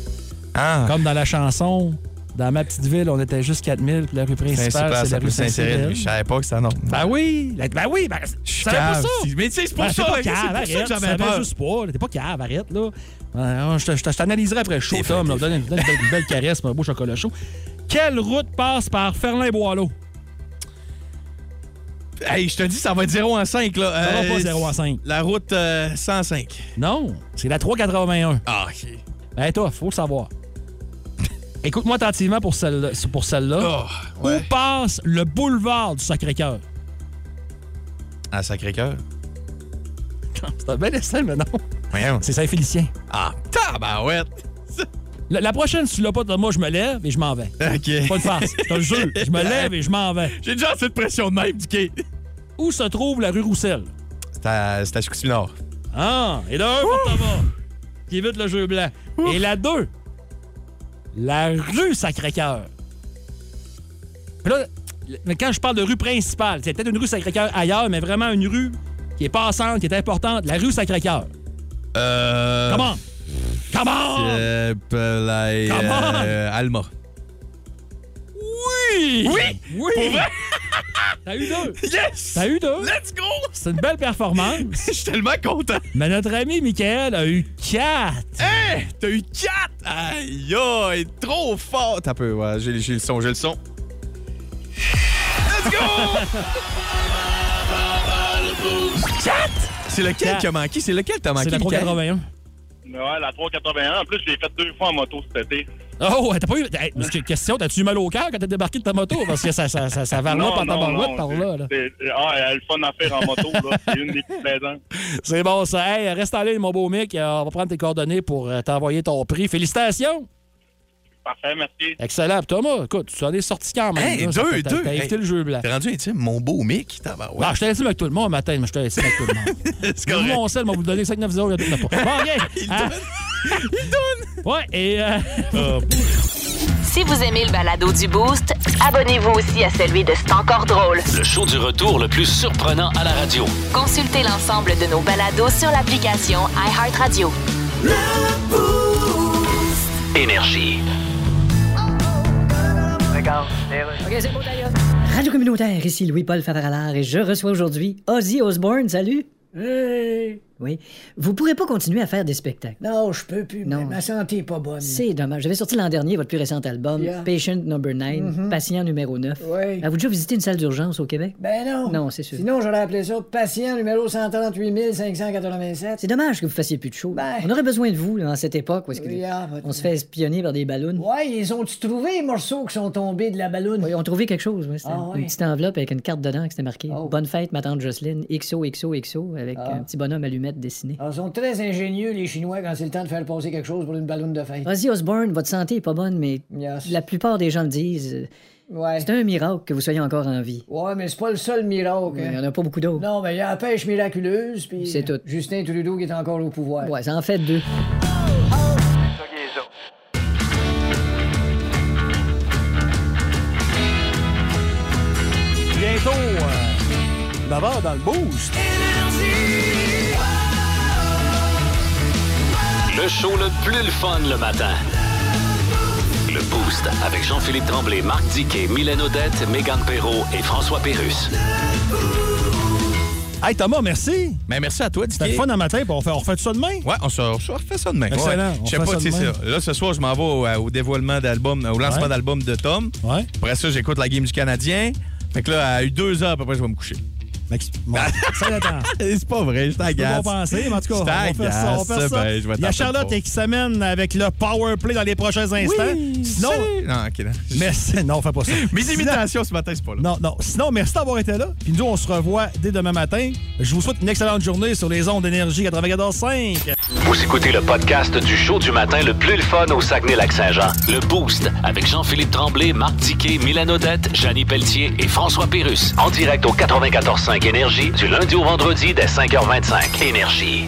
[SPEAKER 5] Ah,
[SPEAKER 3] Comme dans la chanson, dans ma petite ville, on était juste 4000, puis la rue principale,
[SPEAKER 5] Saint-Cyprien,
[SPEAKER 3] c'est la
[SPEAKER 5] ça
[SPEAKER 3] rue
[SPEAKER 5] peut Saint-Cyril. Je
[SPEAKER 3] Saint-Cyril.
[SPEAKER 5] savais pas que ça non.
[SPEAKER 3] Ben oui! la- Ben oui! Ben, je savais pas
[SPEAKER 5] cave.
[SPEAKER 3] ça!
[SPEAKER 5] Si- Mais tu sais, c'est pour
[SPEAKER 3] Ben,
[SPEAKER 5] ça,
[SPEAKER 3] t'es pas
[SPEAKER 5] c'est
[SPEAKER 3] cave,
[SPEAKER 5] pour ça que
[SPEAKER 3] arrête,
[SPEAKER 5] j'avais
[SPEAKER 3] tu savais
[SPEAKER 5] peur.
[SPEAKER 3] juste pas. là, T'es pas cave, arrête, là. Euh, Je te- je te- je t'analyserai après le show,
[SPEAKER 5] T'es
[SPEAKER 3] Tom.
[SPEAKER 5] fait,
[SPEAKER 3] là, Donne une donne une belle une belle caresse, mon beau chocolat chaud. Quelle route passe par Ferlin-Boileau?
[SPEAKER 5] Hey, je te dis, ça va être 0 en 5, là. Euh,
[SPEAKER 3] Ça va pas 0 à 5.
[SPEAKER 5] La route euh, 105.
[SPEAKER 3] Non, c'est la 381.
[SPEAKER 5] Ah, OK.
[SPEAKER 3] Ben toi, faut le savoir. Écoute-moi attentivement pour celle-là. Pour celle-là.
[SPEAKER 5] Oh, ouais.
[SPEAKER 3] Où passe le boulevard du Sacré-Cœur?
[SPEAKER 5] À Sacré-Cœur.
[SPEAKER 3] C'est un bel essai, mais non.
[SPEAKER 5] Voyons.
[SPEAKER 3] C'est Saint-Félicien.
[SPEAKER 5] Ah, tabarouette.
[SPEAKER 3] La, la prochaine, si tu l'as pas, moi, je me lève et je m'en vais. Pas
[SPEAKER 5] OK.
[SPEAKER 3] de farce. Je te le jure. Je me lève et je m'en vais.
[SPEAKER 5] J'ai déjà cette pression de même, du quai.
[SPEAKER 3] Où se trouve la rue Roussel?
[SPEAKER 5] C'est à c'est à Chicoutimi-Nord.
[SPEAKER 3] Ah, et d'un pour Thomas, qui évite le jeu blanc. Et la deux, la rue Sacré-Cœur. Puis là, le- mais quand je parle de rue principale, c'est peut-être une rue Sacré-Cœur ailleurs, mais vraiment une rue qui est passante, qui est importante, la rue Sacré-Cœur.
[SPEAKER 5] Euh...
[SPEAKER 3] Comment? Comment?
[SPEAKER 5] Euh, p- la-
[SPEAKER 3] Come on!
[SPEAKER 5] euh, Alma.
[SPEAKER 3] Oui! Oui! Oui! T'as eu deux!
[SPEAKER 5] Yes!
[SPEAKER 3] T'as eu deux!
[SPEAKER 5] Let's go!
[SPEAKER 3] C'est une belle performance.
[SPEAKER 5] Je suis tellement content.
[SPEAKER 3] Mais notre ami Michael a eu quatre.
[SPEAKER 5] Hey! Hein? T'as eu 4! Aïe, aïe, trop fort! T'as peu, ouais, j'ai j'ai le son, j'ai le son. Let's go! C'est lequel
[SPEAKER 3] Quatre.
[SPEAKER 5] qui a manqué? C'est lequel t'as manqué?
[SPEAKER 3] C'est la
[SPEAKER 5] Michael?
[SPEAKER 3] 381.
[SPEAKER 11] Ouais, la 381. En plus, je l'ai faite deux fois en moto cet été.
[SPEAKER 10] Ah
[SPEAKER 3] Oh, t'as pas eu. Hey, mais c'est- question, t'as-tu eu mal au cœur quand t'as débarqué de ta moto? Parce que ça, ça, ça, ça va là par ta barouette par là. là.
[SPEAKER 11] c'est- c'est- Ah, elle a le fun à faire en moto, là. C'est une des plus plaisantes.
[SPEAKER 3] C'est bon, ça. Hey, reste en ligne, mon beau Mick. Euh, On va prendre tes coordonnées pour euh, t'envoyer ton prix. Félicitations!
[SPEAKER 11] Parfait, merci.
[SPEAKER 10] Excellent. Puis Thomas, écoute, tu en es sorti quand même.
[SPEAKER 5] Hey,
[SPEAKER 10] là. Ça
[SPEAKER 5] deux,
[SPEAKER 10] fait- t'as-
[SPEAKER 5] deux.
[SPEAKER 10] T'as évité
[SPEAKER 5] Hey,
[SPEAKER 10] le jeu blanc.
[SPEAKER 5] T'es rendu intime, mon beau Mick. t'as- bah, ouais.
[SPEAKER 10] Non, je t'ai intime avec tout le monde matin, mais je t'ai intime avec tout le monde.
[SPEAKER 5] C'est
[SPEAKER 10] Vous,
[SPEAKER 5] correct.
[SPEAKER 10] mon sel, moi, vous donner 5 9 0 il y a tout le monde. Bon, OK.
[SPEAKER 5] Il
[SPEAKER 10] Hein? Ouais, et. euh,
[SPEAKER 1] Si vous aimez le balado du Boost, abonnez-vous aussi à celui de C'est encore drôle.
[SPEAKER 2] Le show du retour le plus surprenant à la radio.
[SPEAKER 1] Consultez l'ensemble de nos balados sur l'application iHeartRadio.
[SPEAKER 2] Énergie.
[SPEAKER 7] Radio communautaire, ici Louis-Paul Favaralard et je reçois aujourd'hui Ozzy Osbourne. Salut! Oui. Vous pourrez pas continuer à faire des spectacles.
[SPEAKER 6] Non, je peux plus.
[SPEAKER 7] Non.
[SPEAKER 6] mais Ma santé est pas bonne.
[SPEAKER 7] C'est dommage. J'avais sorti l'an dernier votre plus récent album,
[SPEAKER 6] Yeah.
[SPEAKER 7] Patient Number 9,
[SPEAKER 6] Mhm.
[SPEAKER 7] Patient numéro 9.
[SPEAKER 6] Oui.
[SPEAKER 7] Avez-vous déjà visité une salle d'urgence au Québec?
[SPEAKER 6] Ben non.
[SPEAKER 7] Non, c'est sûr.
[SPEAKER 6] Sinon, j'aurais appelé ça patient numéro 138 587.
[SPEAKER 7] C'est dommage que vous fassiez plus de show.
[SPEAKER 6] Ben.
[SPEAKER 7] On aurait besoin de vous là, en cette époque où est-ce que-
[SPEAKER 6] Yeah, but-
[SPEAKER 7] on se fait espionner par des ballons.
[SPEAKER 6] ah, bah, Ouais, ils ont-tu trouvé les morceaux qui sont tombés de la ballonne?
[SPEAKER 7] Ils ont trouvé quelque chose, oui. C'était
[SPEAKER 6] Ah,
[SPEAKER 7] une
[SPEAKER 6] ouais. Oh.
[SPEAKER 7] petite enveloppe avec une carte dedans qui était marquée Bonne fête, ma tante Jocelyne, XO, XO, XO, avec
[SPEAKER 6] Ah.
[SPEAKER 7] un petit bonhomme allumette dessiné.
[SPEAKER 6] Alors, Ah, ils sont très ingénieux, les Chinois, quand c'est le temps de faire passer quelque chose pour une ballonne de fête.
[SPEAKER 7] Ozzy Osbourne, votre santé est pas bonne, mais la plupart des gens le disent. euh, C'est un miracle que vous soyez encore en vie.
[SPEAKER 6] Ouais, mais c'est pas le seul miracle.
[SPEAKER 7] Il
[SPEAKER 6] hein.
[SPEAKER 7] n'y en a pas beaucoup d'autres.
[SPEAKER 6] Non, mais il y a la pêche miraculeuse, puis
[SPEAKER 7] C'est tout.
[SPEAKER 6] Justin Trudeau qui est encore au pouvoir.
[SPEAKER 7] Ouais, ça en fait deux.
[SPEAKER 3] Bientôt, euh, d'abord dans le boost.
[SPEAKER 2] Le show le plus le fun le matin. Le Boost avec Jean-Philippe Tremblay, Marc Diquet, Mylène Odette, Megan Perrault et François Pérus.
[SPEAKER 3] Hey Thomas, merci.
[SPEAKER 5] Mais Ben, merci à toi,
[SPEAKER 3] C'était le
[SPEAKER 5] Didier.
[SPEAKER 3] fun un matin, puis on fait, on refait tout ça demain.
[SPEAKER 5] Ouais, on se, on se refait ça demain.
[SPEAKER 3] Excellent,
[SPEAKER 5] Ben, Ouais.
[SPEAKER 3] on
[SPEAKER 5] Je sais
[SPEAKER 3] fait
[SPEAKER 5] pas,
[SPEAKER 3] ça
[SPEAKER 5] tu sais,
[SPEAKER 3] demain.
[SPEAKER 5] c'est- là, ce soir, je m'en vais au, euh, au dévoilement d'album, au lancement
[SPEAKER 3] Ouais.
[SPEAKER 5] d'album de Tom.
[SPEAKER 3] Ouais.
[SPEAKER 5] Après ça, j'écoute la game du Canadien. Fait que là, à deux heures, à peu près, je vais me coucher.
[SPEAKER 3] Ben,
[SPEAKER 5] c'est pas vrai, je t'agace.
[SPEAKER 3] On penser, mais en tout
[SPEAKER 5] Je
[SPEAKER 3] cas, on fait ça, on fait
[SPEAKER 5] t'agace, ben, je
[SPEAKER 3] ça.
[SPEAKER 5] vais
[SPEAKER 3] Il y a
[SPEAKER 5] t'appeler
[SPEAKER 3] Charlotte
[SPEAKER 5] pour-
[SPEAKER 3] qui s'amène avec le power play dans les prochains instants. Sinon,
[SPEAKER 5] salut. Non, ok, non.
[SPEAKER 3] merci. Non, fais pas ça.
[SPEAKER 5] Mes
[SPEAKER 3] Sinon-
[SPEAKER 5] imitations ce matin, c'est pas là.
[SPEAKER 3] Non, non. Sinon, merci d'avoir été là. Puis nous, on se revoit dès demain matin. Je vous souhaite une excellente journée sur les ondes d'énergie 94.5.
[SPEAKER 2] Vous écoutez le podcast du show du matin le plus le fun au Saguenay-Lac-Saint-Jean. Le Boost avec Jean-Philippe Tremblay, Marc Diquet, Mylène Odette, Janine Pelletier et François Pérus. En direct au 94.5 Énergie du lundi au vendredi dès 5h25. Énergie.